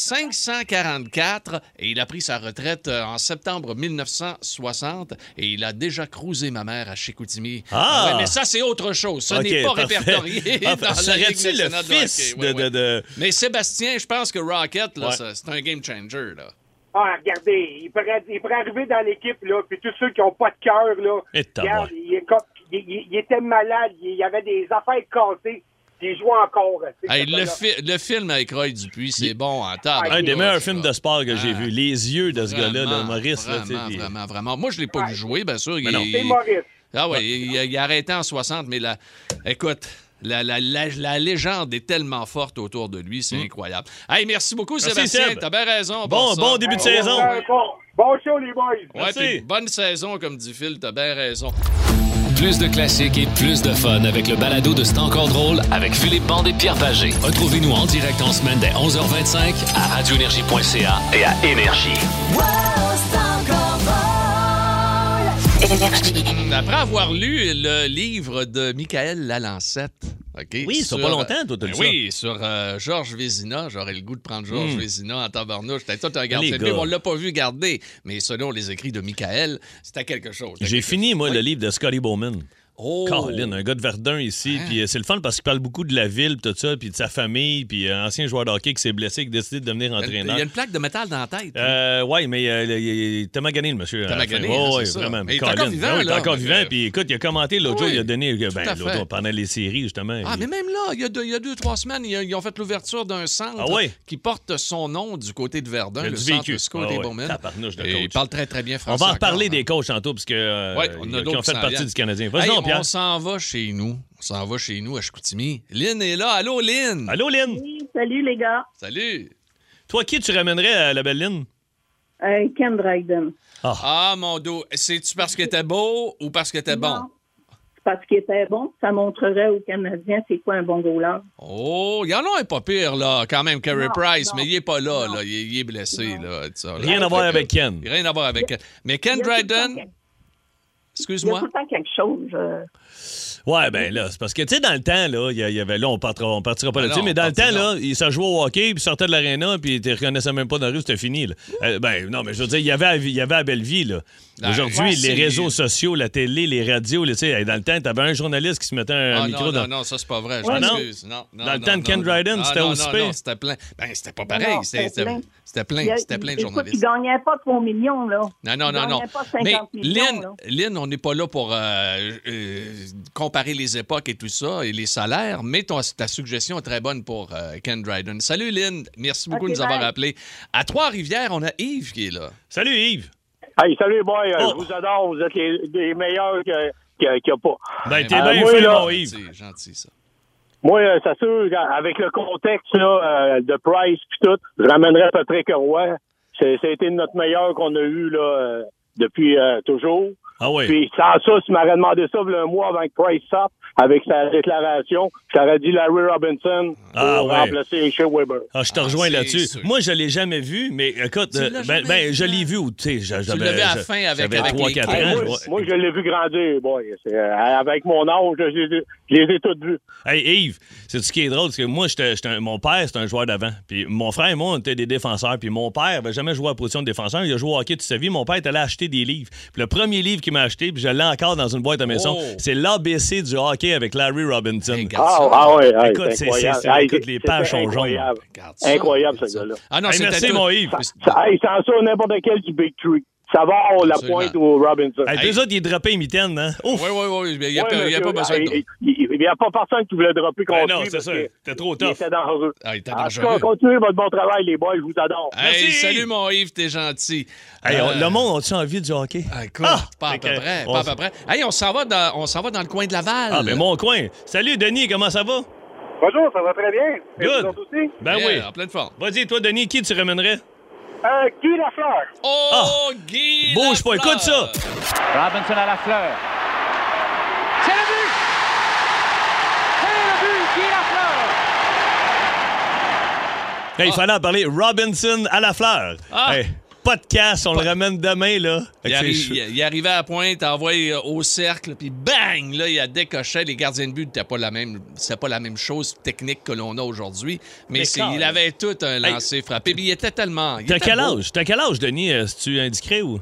C: 544 et il a pris sa retraite euh, en septembre 1960 et il a déjà cruisé ma mère à Chicoutimi.
B: Ah!
C: Ouais, mais ça, c'est autre chose. Ce
B: Ok,
C: n'est pas
B: parfait.
C: répertorié
B: Ah,
C: dans la Ligue
B: Serais-tu le
C: nationale de
B: fils
C: hockey. Ouais,
B: de, de,
C: ouais.
B: de-
C: Mais Sébastien, je pense que Rocket, là,
B: Ouais.
C: ça, c'est un game changer. Là.
E: Ah, regardez, il pourrait, il pourrait arriver dans l'équipe, là, puis tous ceux qui n'ont pas de cœur, là.
B: Et t'as
E: Regarde,
B: bon.
E: il, est cop- il- il- il était malade, il, il avait des affaires cassées, puis il joue encore. tu sais,
C: Hey,
E: ce
C: le,
E: gars-là.
C: fi- le film avec Roy Dupuis, c'est bon en temps.
E: Ah,
B: un des
E: ouais,
B: meilleurs films de sport que j'ai
C: Ah.
B: vu. Les yeux de ce gars-là, là, Maurice. là,
C: Vraiment,
B: tu sais, il-
C: vraiment, vraiment. Moi, je ne l'ai pas vu jouer, bien sûr.
B: non.
E: C'est Maurice.
C: Ah oui, il, il a arrêté en 60, mais la, écoute, la, la- la- la légende est tellement forte autour de lui, c'est incroyable. Hey, merci beaucoup,
B: Mm. Merci,
C: Sébastien.
B: Seb.
C: T'as bien raison.
B: Bon,
C: pour ça.
B: bon début de saison.
E: Euh, Bon, bon show, les boys.
C: Ouais,
B: Merci.
C: puis bonne saison, comme dit Phil, t'as bien raison.
A: Plus de classiques et plus de fun avec le balado de C'est encore drôle avec Philippe Bande et Pierre Pagé. Retrouvez-nous en direct en semaine dès 11h25 à radioénergie.ca et à Énergie.
C: Après avoir lu le livre de Michael Lalancette, OK?
B: Oui, ça fait
C: sur-
B: pas longtemps, toi, t'as lu
C: Ben Oui, sur euh, Georges Vézina. J'aurais le goût de prendre Georges Vézina en tabarnouche. C'était tout un garde
B: Les gars.
C: On l'a pas vu garder, mais selon les écrits de Michael, c'était quelque chose. C'était
B: J'ai
C: quelque
B: fini,
C: chose.
B: moi,
C: Oui.
B: le livre de Scotty Bowman.
C: Oh!
B: Colin, un gars de Verdun ici. Puis euh, c'est le fun parce qu'il parle beaucoup de la ville, puis tout ça, puis de sa famille, puis euh, ancien joueur de hockey qui s'est blessé, qui a décidé de devenir
C: Ben, Il y a une-
B: entraîneur.
C: Il y a une plaque de métal dans la tête.
B: Euh, ouais, mais euh, le- il- il- t'as magané le monsieur.
C: T'as
B: à la fin.
C: magané,
B: Ouais,
C: hein, c'est
B: ouais,
C: ça.
B: vraiment.
C: Mais il est
B: Colin.
C: encore vivant,
B: Ah oui, il est
C: là.
B: encore
C: Fait
B: vivant.
C: que-
B: Puis écoute, il a commenté l'autre
C: Oui,
B: jour, il a donné.
C: tout
B: Ben,
C: à
B: l'autre
C: fait.
B: jour, pendant les séries, justement.
C: Ah,
B: il-
C: mais même là, il y a deux, il y a deux, trois semaines, ils, ils ont fait l'ouverture d'un centre
B: Ah ouais?
C: qui porte son nom du côté de Verdun,
B: Il y a
C: le
B: du
C: centre
B: vécu.
C: Scott
B: Ah
C: et
B: ouais,
C: Bowman.
B: tabarnouche de
C: Et
B: coach.
C: il parle très, très bien
B: on
C: français.
B: va en reparler
C: encore, hein.
B: des coachs tantôt, parce que. euh,
C: Ouais, on a
B: qui
C: d'autres
B: ont fait
C: s'en
B: partie
C: viennent.
B: du Canadien.
C: hein.
B: Vas-y,
C: Hey,
B: donc, Pierre.
C: on s'en va chez nous. On s'en va chez nous à Chicoutimi. Lynn est là. Allô, Lynn.
B: Allô, Lynn.
I: Salut les gars,
C: Salut.
B: Toi, qui tu ramènerais à la belle Lynn?
I: Euh, Ken Dryden.
C: Ah, mon dos. C'est-tu parce que t'es beau ou parce que t'es bon?
I: Non. C'est Parce qu'il était bon, ça montrerait aux Canadiens c'est quoi un bon goaler.
C: Oh, il y en a un pas pire, là, quand même, Carey
I: Non,
C: Price,
I: non,
C: mais il est pas là,
I: non.
C: là. Il, est- il est blessé, Ah, ben, là. tout ça, là.
B: Rien à voir
C: Fait que-
B: avec Ken.
C: Rien à voir avec Ken. Mais Ken
I: Il y a tout le temps
C: Dryden,
I: quelqu'un. Il y a
C: Excuse-moi.
I: tout le temps quelque chose. euh,
B: Ouais, ben là, c'est parce que, tu sais, dans le temps, là, il y a- il y avait, là, on partira, on partira pas
C: Ben
B: là-dessus,
C: non,
B: mais
C: on
B: dans le temps,
C: partira.
B: là, il- ça jouait au hockey, puis il sortait de l'aréna, puis il te reconnaissait même pas dans la rue, c'était fini, là. Euh, ben, non, mais je veux dire, il y avait, à- il y avait à Belleville, là.
C: Ben,
B: Aujourd'hui,
C: ouais,
B: les
C: c'est-
B: réseaux sociaux, la télé, les radios, là, tu sais, hey, dans le temps, t'avais un journaliste qui se mettait un
C: Ah,
B: micro
C: non,
B: dans...
C: non, non, ça, c'est pas vrai. Je
B: Ouais, non.
C: m'excuse. Non, non,
B: Dans le
C: non,
B: temps de
C: non,
B: Ken
C: non.
B: Dryden,
C: Ah,
B: c'était
C: non,
B: aussi
C: non,
B: pire.
C: non, c'était plein. Ben, c'était pas
I: Non,
C: pareil.
I: non,
C: C'était
I: c'était
C: c'était-
I: plein.
C: c'était
I: il y
C: plein.
I: a-
C: C'était plein de
I: des fois,
C: journalistes.
I: Ils ne gagnaient pas 3 millions, là.
C: Non, non,
I: Ils
C: non, non.
I: gagnaient pas
C: Mais
I: 50 millions,
C: Lynn,
I: là.
C: Lynn, on n'est pas là pour euh, euh, comparer les époques et tout ça et les salaires, mais ton- ta suggestion est très bonne pour euh, Ken Dryden. Salut Lynn, merci beaucoup
I: Ok,
C: de nous avoir
I: bye.
C: appelés. À Trois-Rivières, on a Yves qui est là.
B: Salut, Yves!
E: Hey, salut, boy. euh,
B: Oh.
E: Je vous adore. Vous êtes les, les meilleurs que- que- qu'il n'y a pas.
B: Ben, t'es
E: Ah,
B: bien
E: moi,
B: fait,
E: là.
B: mon Yves!
C: C'est gentil, ça.
E: Moi, euh, c'est sûr, quand- avec le contexte là, euh, de Price puis tout, je ramènerais Patrick Roy. C'est, ça a été notre meilleur qu'on a eu là, euh, depuis euh, toujours.
B: Ah oui.
E: Puis sans ça, si tu m'aurais demandé ça voilà un mois avant que Price sorte, avec sa déclaration, j'aurais dit Larry Robinson pour
B: Ah, ouais.
E: remplacer Shea Weber.
B: Ah, je te
C: Ah,
B: rejoins
C: c'est
B: là-dessus.
C: sûr.
B: Moi, je l'ai jamais vu, mais écoute,
C: Tu
B: euh,
C: l'as
B: ben,
C: jamais
B: ben,
C: vu,
B: je l'ai
C: hein?
B: vu où, tu sais, j'a- j'avais...
C: l'as vu à la
B: j'a-
C: fin avec-
B: j'avais
C: avec
B: 3-4
C: les-
B: ans.
E: Hey,
C: Ouais,
E: Ah, moi,
B: ouais.
E: moi, je l'ai vu grandir, boy. C'est, euh, avec mon âge, je, les ai- je les ai tous vus.
B: Hey Yves, c'est ce qui est drôle, parce que moi, j'étais, j'étais un- mon père, c'est un joueur d'avant. Puis mon frère et moi, on était des défenseurs. Puis mon père avait jamais joué à la position de défenseur. Il a joué au hockey toute sa vie. Mon père est allé acheter des livres. Puis le premier livre qu'il m'a acheté, puis je l'ai encore dans une boîte à maison,
C: Oh.
B: c'est l'ABC du hockey avec Larry Robinson.
C: Regarde
E: Ah,
C: ça.
E: ah ouais, ouais,
B: Écoute,
E: c'est
B: c'est-
E: incroyable.
B: c'est- c'est-
E: Hey,
B: écoute, les pages
E: c'était
B: sont jaunes.
E: incroyable.
C: Regarde ça.
E: Incroyable, ce
C: Regarde ça.
E: gars-là.
C: Ah non,
B: Hey,
C: c'était
B: merci,
C: tout-
B: mon Yves.
E: Ça- Hey, sans ça, n'importe quel du Big Tree. Savard, la
C: Absolument.
E: pointe ou Robinson.
B: Hey, puis eux autres, ils droppaient les mitaines, hein? Ouf!
C: Oui, oui, oui. Il n'y a,
E: Ouais,
C: pas- il y a
E: monsieur,
C: pas besoin
E: hey,
C: de.
E: Il n'y a pas personne qui voulait dropper
B: Ben
E: contre
B: non,
E: lui
B: c'est
E: parce
B: ça.
E: que
B: T'es trop
E: Il
B: tough.
E: était dangereux.
C: Ah, il était
E: En tout
C: dangereux.
E: cas, continuez votre bon travail, les boys. Je vous adore.
C: Hey,
B: Merci.
C: salut, mon Yves, t'es gentil.
B: Hey, on-
C: Euh,
B: le monde, on-tu envie du hockey?
C: ah, écoute,
B: Ah!
C: pas à
B: Fait
C: peu
B: que-
C: près,
B: on
C: pas à
B: s-
C: peu près. Hey, on s'en va dans, on s'en va dans le coin de Laval.
B: Ah, ben mon coin. Salut, Denis, comment ça va?
E: Bonjour, ça va très bien.
B: Et Good. vous autres Ben
C: Yeah, En
B: oui.
C: pleine forme.
B: Vas-y, toi, Denis, qui tu ramènerais?
E: Euh, Guy Lafleur.
C: Oh, Guy!
B: Ah! Bouge pas,
C: Lafleur.
B: écoute ça.
D: Robinson à la fleur. C'est le but! C'est le but qui est la fleur!
B: Hey, Il fallait en parler. Robinson à la fleur.
C: Ah.
B: Hey, pas de casse, on le ramène demain, là. Fait
C: Il,
B: que c'est
C: arri-
B: chou-
C: il- il arrivait à la pointe, envoyé euh, au cercle, puis bang! Là, il a décoché. Les gardiens de but n'étaient pas la même, c'était pas la même chose technique que l'on a aujourd'hui. Mais
B: Mais
C: c'est-
B: quand
C: il
B: même.
C: avait tout un lancer frappé. Puis il était tellement. il
B: T'as
C: était
B: quel
C: beau.
B: âge? T'as quel âge, Denis? Euh, Si tu indiquerais ou?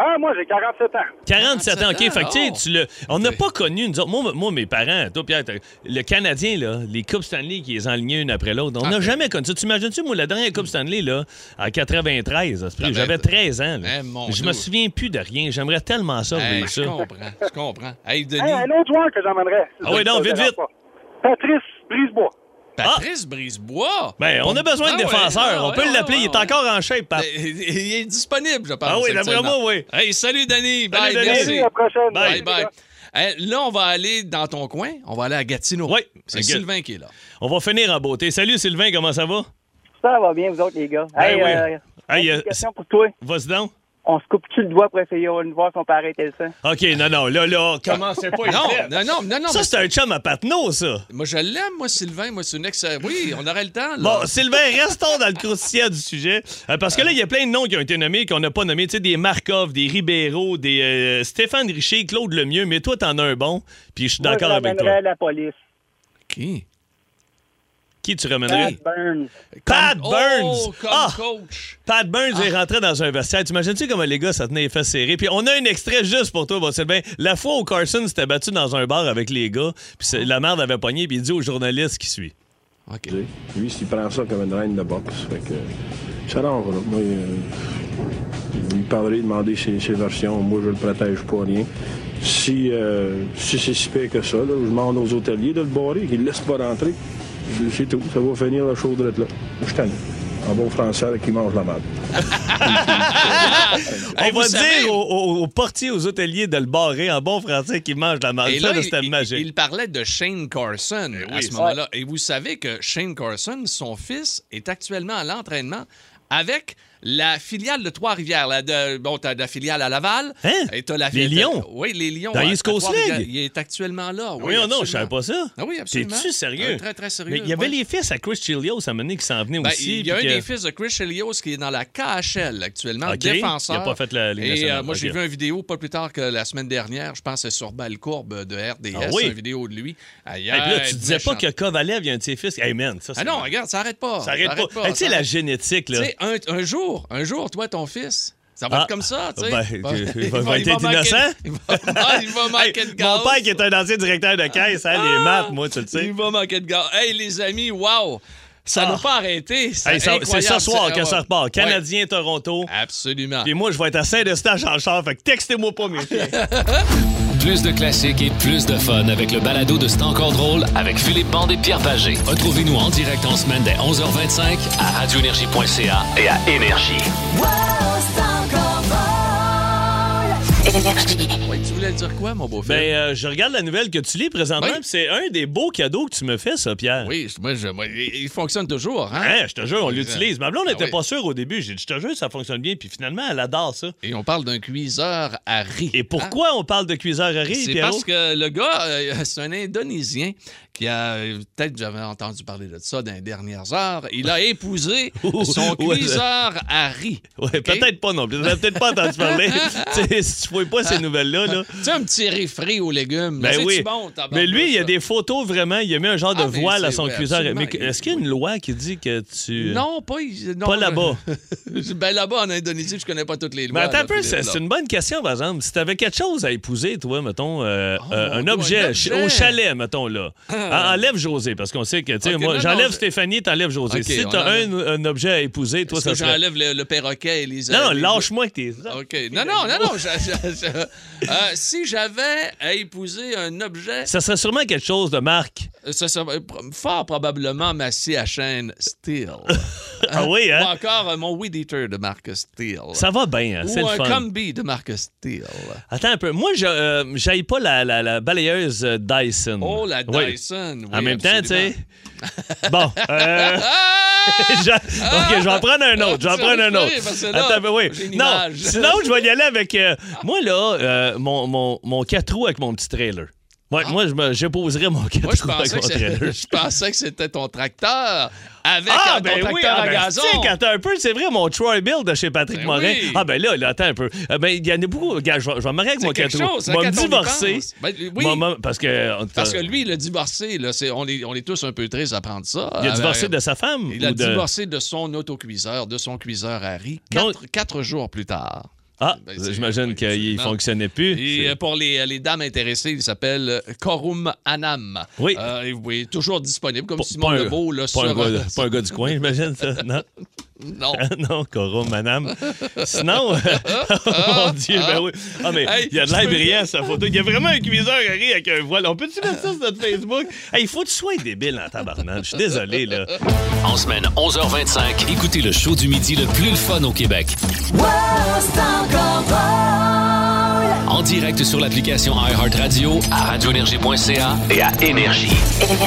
E: Ah, moi, j'ai 47 ans.
B: 47 ans, OK. Fait que, tu sais,
C: oh.
B: tu le... On n'a
C: Ok.
B: pas connu, nous autres. Moi, moi, mes parents, toi, Pierre, t'as- le Canadien, là, les Coupes Stanley qui les enlignaient une après l'autre, on
C: Ah,
B: n'a
C: ouais.
B: jamais connu ça. T'imagines-tu, moi, la dernière Coupe Stanley, là, en 93, à ce prix,
C: Ah, ben,
B: j'avais
C: t'as-
B: 13 ans. là.
C: Eh, mon
B: je
C: Dieu. Eh,
B: me souviens plus de rien. J'aimerais tellement ça,
C: Hey,
B: revivre
C: je
B: ça.
C: comprends, je comprends. Hey, Denis,
E: autre joueur que j'emmènerais.
B: Ah oui, non, vite, vite.
E: Patrice Brisebois.
C: Patrice Brisebois!
B: Ben, on a besoin de
C: Ah ouais,
B: défenseurs.
C: ah
B: on peut
C: ouais,
B: l'appeler.
C: ouais,
B: il
C: ouais.
B: est encore en shape, papa.
C: Ben, Il est disponible, je pense.
B: Ah oui, d'après
C: vraiment
B: moi, oui.
C: Hey, salut, Denis. Bye,
B: Denis.
C: merci.
B: Salut, à la
E: prochaine.
C: Bye, bye. Hey, là, on va aller dans ton coin. On va aller à Gatineau.
B: Oui,
C: c'est
B: ok.
C: Sylvain qui est là.
B: On va finir en beauté. Salut Sylvain, comment ça va?
H: Ça va bien, vous autres, les gars.
B: Ben
H: hey,
B: oui.
H: euh,
B: Hey,
H: une
B: euh,
H: question pour toi.
B: Vas-y donc.
H: On se coupe-tu le doigt pour essayer de voir son pareil tel ça?
B: OK, non, non, là, là, commencez pas.
C: Non,
B: ici.
C: non, non, non, non.
B: Ça,
C: mais-
B: c'est un chum à Patnaud, ça.
C: Moi, je l'aime, moi, Sylvain. Moi, c'est une ex. Oui, on aurait le temps. Là.
B: Bon, Sylvain, restons dans le croustillant du sujet. Euh, parce que là, il y a plein de noms qui ont été nommés, qu'on n'a pas nommés. Tu sais, des Markov, des Ribeiro, des euh, Stéphane Richer, Claude Lemieux. Mais toi, t'en as un bon. Puis je suis
H: Moi, je
B: d'accord avec toi.
H: ramènerais la police.
C: Qui?
B: Qui tu
H: Pat
B: ramènerais?
H: Burns.
B: Pat
C: Oh,
B: Burns!
C: comme Ah.
B: Ah!
C: coach.
B: Pat Burns est rentré dans un vestiaire. T'imagines-tu comment les gars, ça tenait les fesses serrées? Puis on a un extrait juste pour toi, bon, Sylvain. La fois où Carson s'était battu dans un bar avec les gars, puis c'est- la merde avait pogné, puis il dit au journaliste qui suit.
C: OK.
J: Lui, s'il prend ça comme une reine de boxe, fait que ça rentre. là. Moi, euh, vous lui parlerez, demandez ses, ses versions. Moi, je le protège pas rien. Si, euh, si c'est si pire que ça, là, je demande aux hôteliers de le barrer, qu'ils le laissent pas rentrer. C'est- C'est tout. Ça va finir la chaudrette là. Je suis tanné. En bon français, là, qui mange la merde.
C: Hey,
B: on
C: vous
B: va
C: savez-
B: dire aux, aux- aux portiers, aux hôteliers de le barrer en bon français qui mange de la merde.
C: Et
B: Ça,
C: là,
B: là, c'était
C: il,
B: magique. Eh
C: il parlait de Shane Carson à ce moment-là. Et vous savez que Shane Carson, son fils, est actuellement à l'entraînement avec la filiale de Trois-Rivières. La de- bon, t'as la filiale à Laval.
B: Hein?
C: Et t'as la
B: Les
C: fi- t'as-
B: Lions?
C: Oui, les Lions.
B: Dans
C: à-
B: East
C: à
B: Coast
C: Trois-Rivières.
B: League?
C: Il est actuellement là.
B: Oui, oh non, non, je savais pas ça.
C: Ah oui, absolument.
B: T'es-tu sérieux?
C: Euh, très, très sérieux.
B: Mais il y avait
C: ouais.
B: les fils à Chris Chilios à un moment donné qui s'en venaient
C: Ben,
B: aussi.
C: il y a un
B: puis que-
C: des fils de Chris Chelios qui est dans la KHL actuellement,
B: Ok.
C: défenseur.
B: Il a pas fait la Ligue
C: Et euh,
B: nationale.
C: moi, j'ai
B: Ok.
C: vu une vidéo pas plus tard que la semaine dernière, je pense que c'est sur Balcourbe de RDS,
B: Ah oui?
C: une vidéo de lui. Aïe,
B: Hey, puis là,
C: aïe,
B: tu disais
C: euh, méchant.
B: pas que Kovalev, il y a un de ses fils. Hey man, ça,
C: Ah
B: c'est-
C: non, regarde, ça arrête pas.
B: ça arrête pas. Hey, tu sais,
C: ça
B: la
C: arrête-
B: génétique, là.
C: Tu sais, un, un jour, un jour, toi, ton fils, ça va
B: Ah,
C: être comme ça, tu sais.
B: ben,
C: Va-
B: il va- il va être
C: manquer-
B: innocent.
C: Il va, il va manquer de gaz.
B: Mon père qui est un ancien directeur de caisse, hein, les maths, moi, tu le sais.
C: Ah, Il va manquer de gaz. Hey, les amis, wow! Ça
B: Ah.
C: n'a pas arrêté. C'est
B: Hey, ça- c'est
C: incroyable.
B: ce soir que
C: ouais.
B: ça repart.
C: Ouais, Ah.
B: Canadien, Toronto.
C: absolument.
B: Puis moi, je vais être à Saint-Eustache en char. Fait que textez-moi pas mes chiens.
A: Plus de classiques et plus de fun avec le balado de C'est encore drôle avec Philippe Bande et Pierre Pagé. Retrouvez-nous en direct en semaine dès 11h25 à radioénergie.ca et à Énergie.
C: Ouais, tu voulais dire quoi, mon beau-frère?
B: Ben, euh, je regarde la nouvelle que tu lis présentement,
C: Oui.
B: puis c'est un des beaux cadeaux que tu me fais, ça, Pierre.
C: Oui, je- moi, je- moi, il il fonctionne toujours, hein?
B: Hein, je te jure, on l'utilise. Ma blonde
C: Ah
B: n'était
C: oui.
B: pas sûre au début. J'ai dit, je te jure, ça fonctionne bien. Puis finalement, elle adore ça.
C: Et on parle d'un cuiseur à riz. hein?
B: Et pourquoi on parle de cuiseur à riz,
C: Ah. C'est
B: Pierrot?
C: parce que le gars, euh, c'est un Indonésien qui a, euh, peut-être j'avais entendu parler de ça dans les dernières heures, il a épousé son
B: Ouais.
C: cuiseur à riz.
B: Ouais,
C: OK?
B: Peut-être pas non plus. Vous avez peut-être pas entendu parler. Tu sais, si tu ne pas ces nouvelles-là. Là.
C: Tu sais, un petit riz frit aux légumes.
B: Ben
C: C'est-tu
B: oui.
C: bon, tabarnak,
B: mais lui, il y a
C: ça?
B: des photos vraiment. Il a mis un genre
C: Ah,
B: de
C: mais
B: voile à
C: c'est-
B: son
C: oui,
B: cuiseur.
C: absolument.
B: Mais est-ce qu'il y a une loi qui dit que tu.
C: Non, pas, i- non,
B: Pas là-bas.
C: je- ben là-bas, en Indonésie, je connais pas toutes les
B: Mais
C: lois.
B: attends
C: là,
B: un peu,
C: Philippe,
B: c'est
C: là.
B: c'est une bonne question, par exemple. Si t'avais quelque chose à épouser, toi, mettons, euh,
C: Oh,
B: euh, un,
C: mon
B: objet,
C: Dieu, un
B: ch-
C: objet.
B: au chalet, mettons, là.
C: Ah.
B: En- Enlève José, parce qu'on sait que, tu sais,
C: Ok,
B: moi,
C: non,
B: j'enlève
C: non,
B: Stéphanie, t'enlèves José.
C: Ok,
B: si
C: on
B: t'as un,
C: enlève.
B: un objet à épouser, toi,
C: Est-ce
B: ça
C: que
B: serait...
C: j'enlève le, le perroquet et les
B: Non, non,
C: les-
B: lâche-moi avec tes...
C: OK. Non, non, non, non. je- je- je- euh, si j'avais à épouser un objet,
B: Ça serait sûrement quelque chose de marque.
C: Euh, ça serait pro- fort probablement ma scie à chaîne Steel.
B: Ah oui,
C: Ou
B: hein?
C: encore euh, mon Weed Eater de marque Steel.
B: Ça va bien, hein? c'est
C: Ou
B: le
C: un
B: fun.
C: Combi de marque Steel.
B: Attends un peu. Moi, je euh, j'haïs pas la, la- la balayeuse euh, Dyson.
C: Oh, la
B: Oui.
C: Dyson.
B: En
C: oui,
B: même temps, tu sais...
C: absolument.
B: Bon, euh,
C: Ah!
B: Je- OK, je vais en prendre un autre. Je vais en prendre un
C: Oui, parce que
B: autre.
C: là,
B: Attends, mais oui.
C: j'ai une
B: Non,
C: image.
B: sinon, je vais y aller avec. euh, moi, là, euh, mon, mon, mon 4 roues avec mon petit trailer. Ouais, Moi, je me- j'opposerais mon 4
C: Ah. Moi, je
B: roues avec
C: pensais,
B: mon
C: que
B: trailer.
C: c'est- je pensais que c'était ton tracteur avec euh,
B: Ah,
C: ton
B: ben
C: tracteur
B: oui,
C: à
B: ah, ben,
C: gazon.
B: Tu sais, quand t'as un peu, c'est vrai, mon Troy Bill de chez Patrick
C: Ben
B: Morin.
C: oui.
B: Ah, ben là, là, attends un peu. Euh, ben, il y en a beaucoup. Regarde, je vais je vais me marier avec
C: C'est
B: mon 4
C: quelque
B: roues.
C: chose, hein,
B: Je vais me
C: quand on y
B: divorcer.
C: pense. Ben, oui.
B: Moi, moi, parce que. on-
C: Parce que lui, il a divorcé. Là, c'est, on, est, on est tous un peu tristes à prendre ça.
B: Il a
C: Euh,
B: divorcé de sa femme.
C: Il a
B: ou de-
C: divorcé de son autocuiseur, de son cuiseur Harry, quatre, quatre jours plus tard.
B: Ah,
C: Ben, c'est-
B: j'imagine
C: oui,
B: qu'il
C: absolument.
B: fonctionnait plus.
C: Et euh, pour les, les dames intéressées, il s'appelle euh, Korum Anam.
B: Oui.
C: Euh, et oui, toujours disponible, comme
B: Pas-
C: Simon
B: pas un-
C: Lebeau. Là,
B: Pas un
C: sur- euh,
B: gars- pas un gars du coin, j'imagine, ça. Non.
C: Non.
B: Ah non, Coro, madame. Sinon, oh, mon Dieu, ben oui. Ah, mais
C: Hey,
B: il y a de
C: je
B: l'air
C: peux
B: brillant, sa photo. Il y a vraiment un cuiseur à rire avec un voile. On peut-tu mettre ça sur notre Facebook? Hey, il faut que tu sois débile en tabarnak. Je suis désolé, là.
A: En semaine 11h25, écoutez le show du midi le plus le fun au Québec. En direct sur l'application iHeartRadio, à radioénergie.ca et à Énergie.
D: Il faut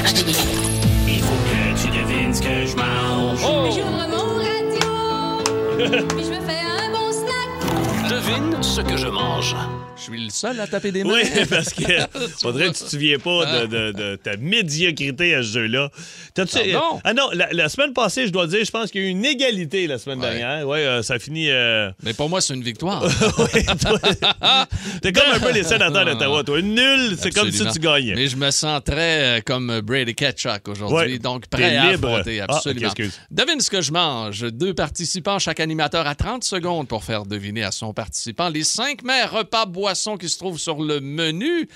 D: que tu devines ce que je mange.
K: J'ouvre mon radio, puis je me fais un bon snack.
A: Devine ce que je mange.
C: Je suis le seul à taper des mains.
B: Oui, parce que faudrait que tu te souviens pas de, de- de ta médiocrité à ce jeu-là. T'as-tu-
C: Pardon?
B: Ah non, la, la semaine passée, je dois dire, je pense qu'il y a eu une égalité la semaine
C: Ouais.
B: dernière. Oui, ça finit... euh,
C: Mais pour moi, c'est une victoire.
B: ouais, toi- T'es comme un peu les sénateurs d'Ottawa, toi. Nul, c'est comme si
C: Absolument.
B: tu gagnais.
C: Mais je me sens très euh, comme Brady Ketchuk aujourd'hui,
B: Ouais.
C: donc
B: T'es
C: prêt à
B: libre.
C: affronter,
B: Ah,
C: absolument.
B: ok, excuse.
C: Devine ce que je mange. Deux participants, chaque animateur a 30 secondes pour faire deviner à son participant les cinq mères repas boissons qui se trouvent sur le menu.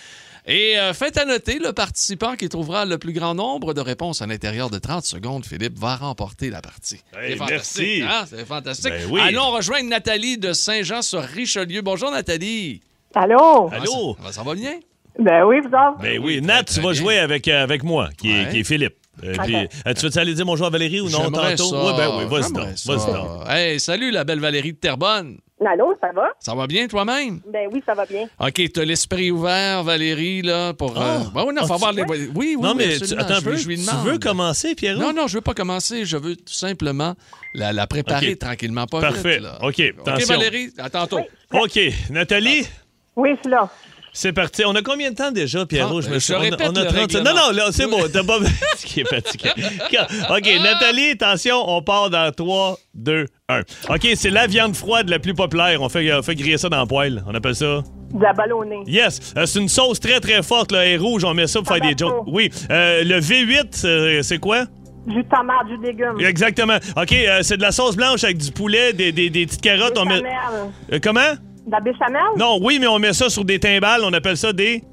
C: Et euh, faites à noter, le participant qui trouvera le plus grand nombre de réponses à l'intérieur de 30 secondes, Philippe, va remporter la partie.
B: Hey,
C: C'est fantastique,
B: merci.
C: hein? C'est fantastique.
B: Ben oui.
C: Allons rejoindre Nathalie de Saint-Jean-sur-Richelieu. Bonjour, Nathalie.
I: Allô?
B: Allô?
C: Ça, ça va bien?
I: Ben oui, vous autres?
B: Ben oui,
C: Ah, oui,
B: Nat,
C: très,
B: tu
C: très
B: vas
C: bien.
B: jouer avec, euh, avec moi, qui est,
C: Ouais.
B: qui est Philippe. Euh,
I: Ok.
B: puis, euh, tu veux-tu aller dire bonjour à Valérie ou non
C: J'aimerais
B: tantôt?
C: ça.
B: Oui, ben oui, vas-y
C: J'aimerais
B: donc.
C: ça.
B: Vas-y donc.
C: Hey, salut la belle Valérie de Terrebonne.
I: Allô, ça va?
C: Ça va bien toi-même?
I: Ben oui, ça va bien.
C: OK, t'as l'esprit ouvert, Valérie, là, pour... euh,
B: Ah!
C: ben oui, non, faut
B: Ah,
C: avoir
B: tu-
C: les...
B: ouais?
C: Oui, oui,
B: Non,
C: oui,
B: mais tu-
C: absolument,
B: attends
C: je
B: un
C: lui-
B: peu,
C: je lui
B: tu
C: demande.
B: veux commencer, Pierrot?
C: Non, non, je veux pas commencer. Je veux tout simplement la, la préparer
B: OK.
C: tranquillement, pas
B: Parfait.
C: vite, là.
B: OK,
C: OK,
B: attention.
C: Valérie, à tantôt.
B: OK, Nathalie?
I: Oui, je suis là.
B: C'est parti. On a combien de temps déjà, Pierrot?
C: Ah,
B: me
C: je
B: suis- on,
C: répète
B: on a
C: le
B: 30
C: règlement.
B: Non, non, là, c'est bon. T'as pas... Ce qui est fatigué. OK,
C: Ah.
B: Nathalie, attention, on part dans 3, 2, 1. OK, c'est la viande froide la plus populaire. On fait, euh, on fait griller ça dans le poêle. On appelle ça...
I: De la ballonnée.
B: Yes, Euh, c'est une sauce très très forte, là, et rouge, on met ça pour faire des jokes. Oui, Euh, le V8, c'est- c'est quoi?
I: Du tomate, du légume.
B: Exactement. OK, euh, c'est de la sauce blanche avec du poulet, des, des- des petites carottes. On met...
I: Béchamel.
B: Euh, comment?
I: De la béchamel?
B: Non, oui, mais on met ça sur des timbales, on appelle ça des...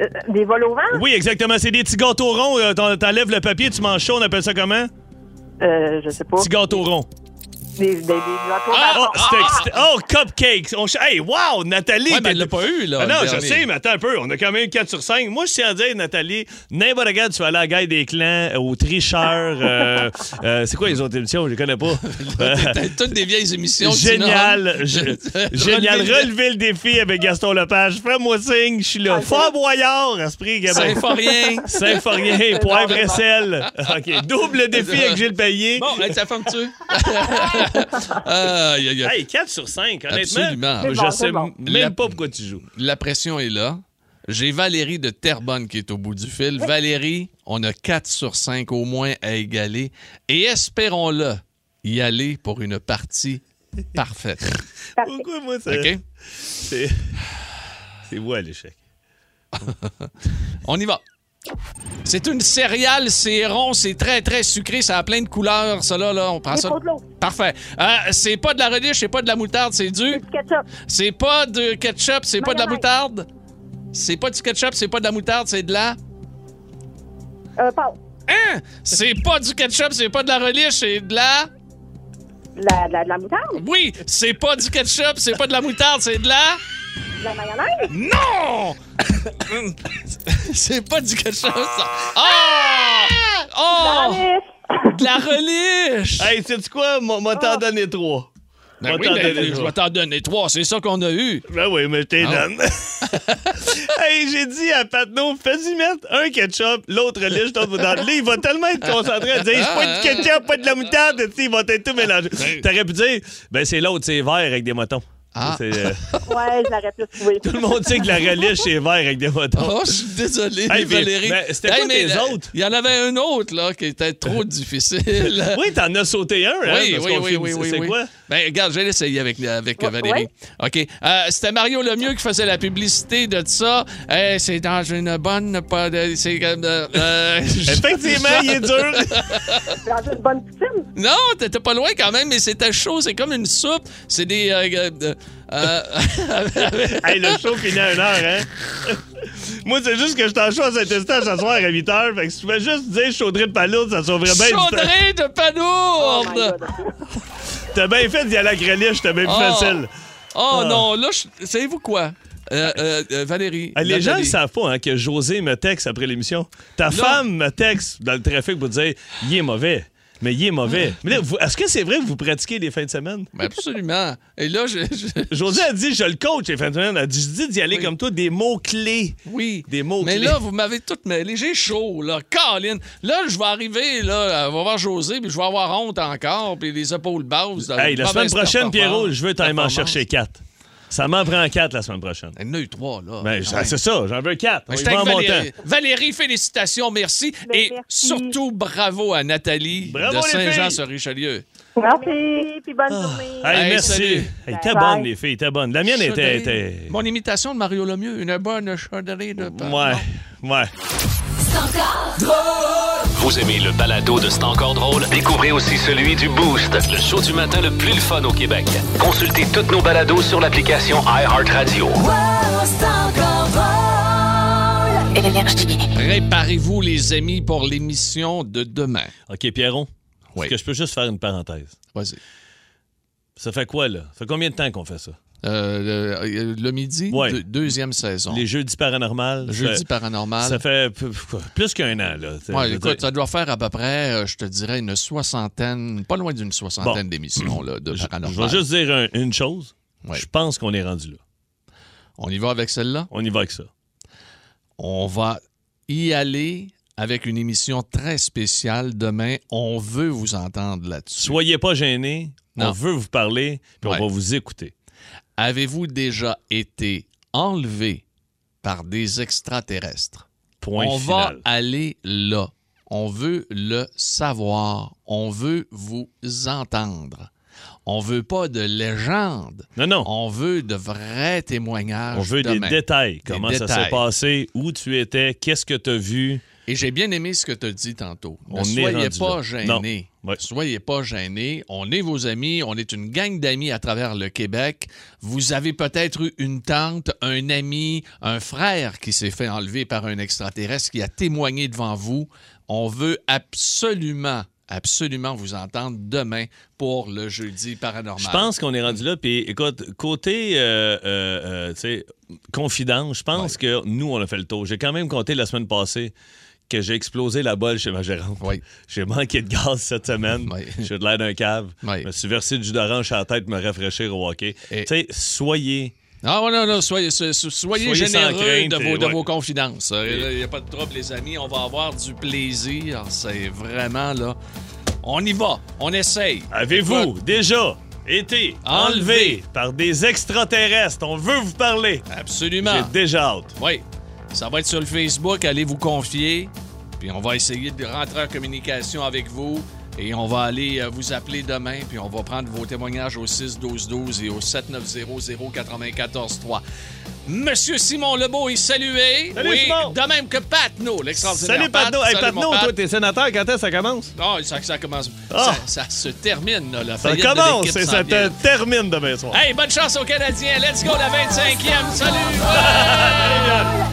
I: Euh, des vols au vent?
B: Oui, exactement, c'est des petits gâteaux ronds. euh, t'en- T'enlèves le papier, tu manges ça, on appelle ça comment?
I: Euh, je sais pas.
B: Petits gâteaux ronds.
I: Des, des, des gâteaux au
B: Oh,
I: vent. Ah,
B: c'était excité. Oh, cupcakes. On ch- Hey, wow, Nathalie.
C: Ouais, mais elle
B: t'as-
C: l'a pas eu, là,
B: Ah non,
C: le
B: je
C: dernier.
B: sais, mais attends un peu. On a quand même 4 sur 5. Moi, je tiens à dire, Nathalie, n'importe regarde, tu vas aller à la guerre des clans, euh, aux tricheurs. euh, euh, c'est quoi les autres émissions? Je les connais pas. Euh,
C: T'as toutes des vieilles émissions. tu
B: Génial.
C: nommes.
B: Gé- Génial.
C: Relever le-
B: Relever le défi avec Gaston Lepage. Fais-moi signe. Je suis là. Fort Boyard. Esprit, Gabriel.
C: Symphorien.
B: Symphorien. Poivre et sel. OK. Double défi avec Gilles Payet.
C: Bon, hey, ça forme-tu? Ah, aïe, aïe, aïe.
B: Hey, 4 sur 5, honnêtement.
C: Absolument.
B: Je
C: C'est
I: bon,
B: sais
I: c'est bon.
C: La-
B: même pas pourquoi tu joues.
C: La pression est là. J'ai Valérie de Terrebonne qui est au bout du fil. Valérie, on a 4 sur 5 au moins à égaler. Et espérons-le y aller pour une partie parfaite.
B: Pourquoi moi, ça.
C: OK?
B: C'est. C'est moi l'échec.
C: On y va. C'est une céréale, c'est rond, c'est très, très sucré, ça a plein de couleurs, ça là, là, on prend
I: Des
C: Ah, ça.
I: pots de l'eau.
C: Parfait. Euh, c'est pas de la relish, c'est pas de la moutarde, c'est du.
I: Du ketchup.
C: C'est pas de ketchup, c'est pas de la
I: Mayonnaise.
C: moutarde. C'est pas du ketchup, c'est pas de la moutarde, c'est de la.
I: Euh, pâte.
C: Hein? C'est pas du ketchup, c'est pas de la relish, c'est de la.
I: La, la, de la moutarde?
C: Oui, c'est pas du ketchup, c'est pas de la moutarde, c'est de la.
I: De la mayonnaise?
C: Non! c'est pas du ketchup, ça. Ah! Oh!
I: Alice!
C: De la relish!
B: Hey, sais-tu quoi? M'a
I: Ah.
B: m'a t'en donné trois.
C: Ben
B: On
C: oui,
B: t'en
C: ben,
B: donne
C: je
B: trois.
C: vais t'en donner trois. C'est ça qu'on a eu.
B: Ben oui, mais je t'ai
C: Ah.
B: donne. hey, j'ai dit à Patno, fais-y mettre un ketchup, l'autre liche, l'autre dans le lit. Il va tellement être concentré à dire, c'est
C: Ah.
B: pas du ketchup, pas de la moutarde, tu sais, il va être tout mélangé. T'aurais pu dire, ben c'est l'autre, c'est vert avec des motons.
C: Ah.
B: C'est, euh,
I: Ouais, je l'aurais plus trouvé.
B: tout le monde sait que la relish, c'est vert avec des motons.
C: Oh, je suis désolé,
B: Hey, mais-
C: Valérie.
B: mais c'était quoi
C: mais
B: tes
C: la-
B: autres?
C: Il y en avait un autre là, qui était trop difficile.
B: Oui, t'en as sauté un, hein?
C: oui,
B: parce
C: oui,
B: qu'on
C: oui,
B: finit-
C: oui, oui.
B: C'est
C: oui.
B: quoi?
C: Ben, regarde, j'ai essayé avec, avec
I: Ouais,
C: Valérie.
I: ouais.
C: OK. Euh, C'était Mario Lemieux qui faisait la publicité de ça. Eh, c'est dans une bonne... Pas de- c'est comme... euh, euh,
B: Effectivement, il est dur.
I: Dans une bonne poutine.
C: Non, t'étais pas loin quand même, mais c'était chaud. C'est comme une soupe. C'est des... euh, euh, euh,
B: hey, le show finit à 1h, hein? Moi, c'est juste que je t'en à Saint-Eustache ce soir à 8h. Fait que si tu pouvais juste dire chaudrée de palourde, ça sauverait bien du temps.
C: Chaudrée de
I: Oh my
C: panourde!
I: God.
B: T'as bien fait d'y aller à Greliche, t'as bien plus
C: Oh.
B: facile.
C: Oh,
B: Ah.
C: non, là, je- savez-vous quoi? Euh, euh, euh, Valérie.
B: Hey, Ah, les gens ne
C: Nathalie.
B: savent pas hein, que José me texte après l'émission. Ta femme me texte dans le trafic pour dire il est mauvais. Mais il est mauvais. Mais là, vous- est-ce que c'est vrai que vous pratiquez les fins de semaine?
C: Ben, Absolument. Et là, je. je-
B: José a dit je le coach les fins de semaine. Elle a dit je dis d'y aller
C: Oui.
B: comme toi des mots-clés.
C: Oui.
B: Des mots
C: Mais
B: clés.
C: là, vous m'avez tout mêlé. J'ai chaud, là. Colin. Là, je vais arriver, là. On va voir José, puis je vais avoir honte encore, puis les épaules basses.
B: Hey, la semaine
C: mauvaise
B: prochaine,
C: performance.
B: Pierrot, je veux t'en m'en
C: Performance.
B: chercher quatre. Ça m'en prend quatre la semaine prochaine.
C: Il y en a eu trois, là.
B: Ben, ça-
C: Ouais.
B: C'est ça, j'en veux quatre.
C: Mais
B: On y
C: j'étais
B: va en
C: avec
B: montant.
C: Valérie. Valérie, félicitations, merci.
I: Mais
C: Et
I: merci.
C: surtout, bravo à Nathalie
B: Bravo,
C: de
B: les filles.
C: Saint-Jean-sur-Richelieu.
I: Merci, puis bonne journée.
B: Ah. Hey,
C: Hey,
B: merci.
C: salut.
B: Hey, t'es
I: Bye.
B: bonne, les filles, t'es bonne. La mienne était.
C: Chaudrée.
B: était-
C: Mon imitation de Mario Lemieux, une bonne chaudrée de pain.
B: Ouais, ouais.
A: Vous aimez le balado de C'est encore drôle? Découvrez aussi celui du Boost, le show du matin le plus le fun au Québec. Consultez toutes nos balados sur l'application iHeartRadio.
C: Préparez-vous, les amis, pour l'émission de demain.
B: OK, Pierron,
C: Oui.
B: est-ce que je peux juste faire une parenthèse?
C: Vas-y.
B: Ça fait quoi, là? Ça fait combien de temps qu'on fait ça?
C: euh, le, le midi,
B: Ouais.
C: deux- deuxième saison.
B: Les jeudis paranormal.
C: Jeudi
B: ça-
C: paranormal.
B: Ça fait p- p- plus qu'un an, là. C'est-
C: Ouais,
B: je veux
C: écoute,
B: dire-
C: ça doit faire à peu près, euh, je te dirais, une soixantaine, pas loin d'une soixantaine
B: Bon.
C: d'émissions là, de
B: je vais
C: paranormal.
B: juste dire un- une chose.
C: Ouais.
B: Je pense qu'on est rendu là.
C: On y va avec celle-là?
B: On y va avec ça.
C: On va y aller avec une émission très spéciale demain. On veut vous entendre là-dessus.
B: Soyez pas gênés. On
C: Non.
B: veut vous parler, puis
C: Ouais.
B: on va vous écouter.
C: Avez-vous déjà été enlevé par des extraterrestres?
B: Point
C: On
B: final.
C: va aller là. On veut le savoir. On veut vous entendre. On veut pas de légende.
B: Non, non.
C: On veut de vrais témoignages.
B: On veut
C: demain.
B: des détails.
C: Des
B: Comment ça
C: détails.
B: s'est passé, où tu étais, qu'est-ce que tu as vu.
C: Et j'ai bien aimé ce que tu as dit tantôt. Ne
B: On est
C: soyez
B: rendu
C: pas
B: là.
C: gênés. Soyez pas gênés. On est vos amis. On est une gang d'amis à travers le Québec. Vous avez peut-être eu une tante, un ami, un frère qui s'est fait enlever par un extraterrestre qui a témoigné devant vous. On veut absolument, absolument vous entendre demain pour le jeudi paranormal.
B: Je pense qu'on est rendu là. Puis écoute, côté euh, euh, euh, tu sais, confident, je pense que nous, on a fait le tour. J'ai quand même compté la semaine passée que j'ai explosé la bolle chez ma gérante. J'ai manqué de gaz cette semaine. J'ai de l'air d'un cave. Je me suis versé du jus d'orange à la tête pour me rafraîchir au hockey. Tu sais, soyez...
C: Ah, ouais, non, non, soyez, so- so- soyez
B: Soyez sans
C: généreux
B: crainte,
C: de, vos,
B: et
C: de
B: ouais.
C: vos confidences. hein. Il n'y a pas de trouble, les amis. On va avoir du plaisir. C'est vraiment, là. On y va. On essaye.
B: Avez-vous déjà été enlevé par des extraterrestres? On veut vous parler.
C: Absolument.
B: J'ai déjà hâte.
C: Oui. Ça va être sur le Facebook. Allez vous confier. Puis on va essayer de rentrer en communication avec vous. Et on va aller euh, vous appeler demain. Puis on va prendre vos témoignages au 6-12-12 et au 790-094-3. Monsieur Simon Lebeau est salué.
B: Salut,
C: oui,
B: Simon.
C: de même que Patno, l'extraordinaire.
B: Salut, Patno. Hey,
C: Salut, mon
B: Patno,
C: Pat.
B: toi, t'es sénateur. Quand est-ce que ça commence?
C: Non, ça, ça commence. Ça,
B: Ah!
C: ça se termine, là, la
B: Ça
C: faillite de
B: commence
C: l'équipe
B: et
C: s'en
B: ça
C: vient.
B: te termine demain soir.
C: Hey, bonne chance aux Canadiens. Let's go, la 25e. Salut! Ouais!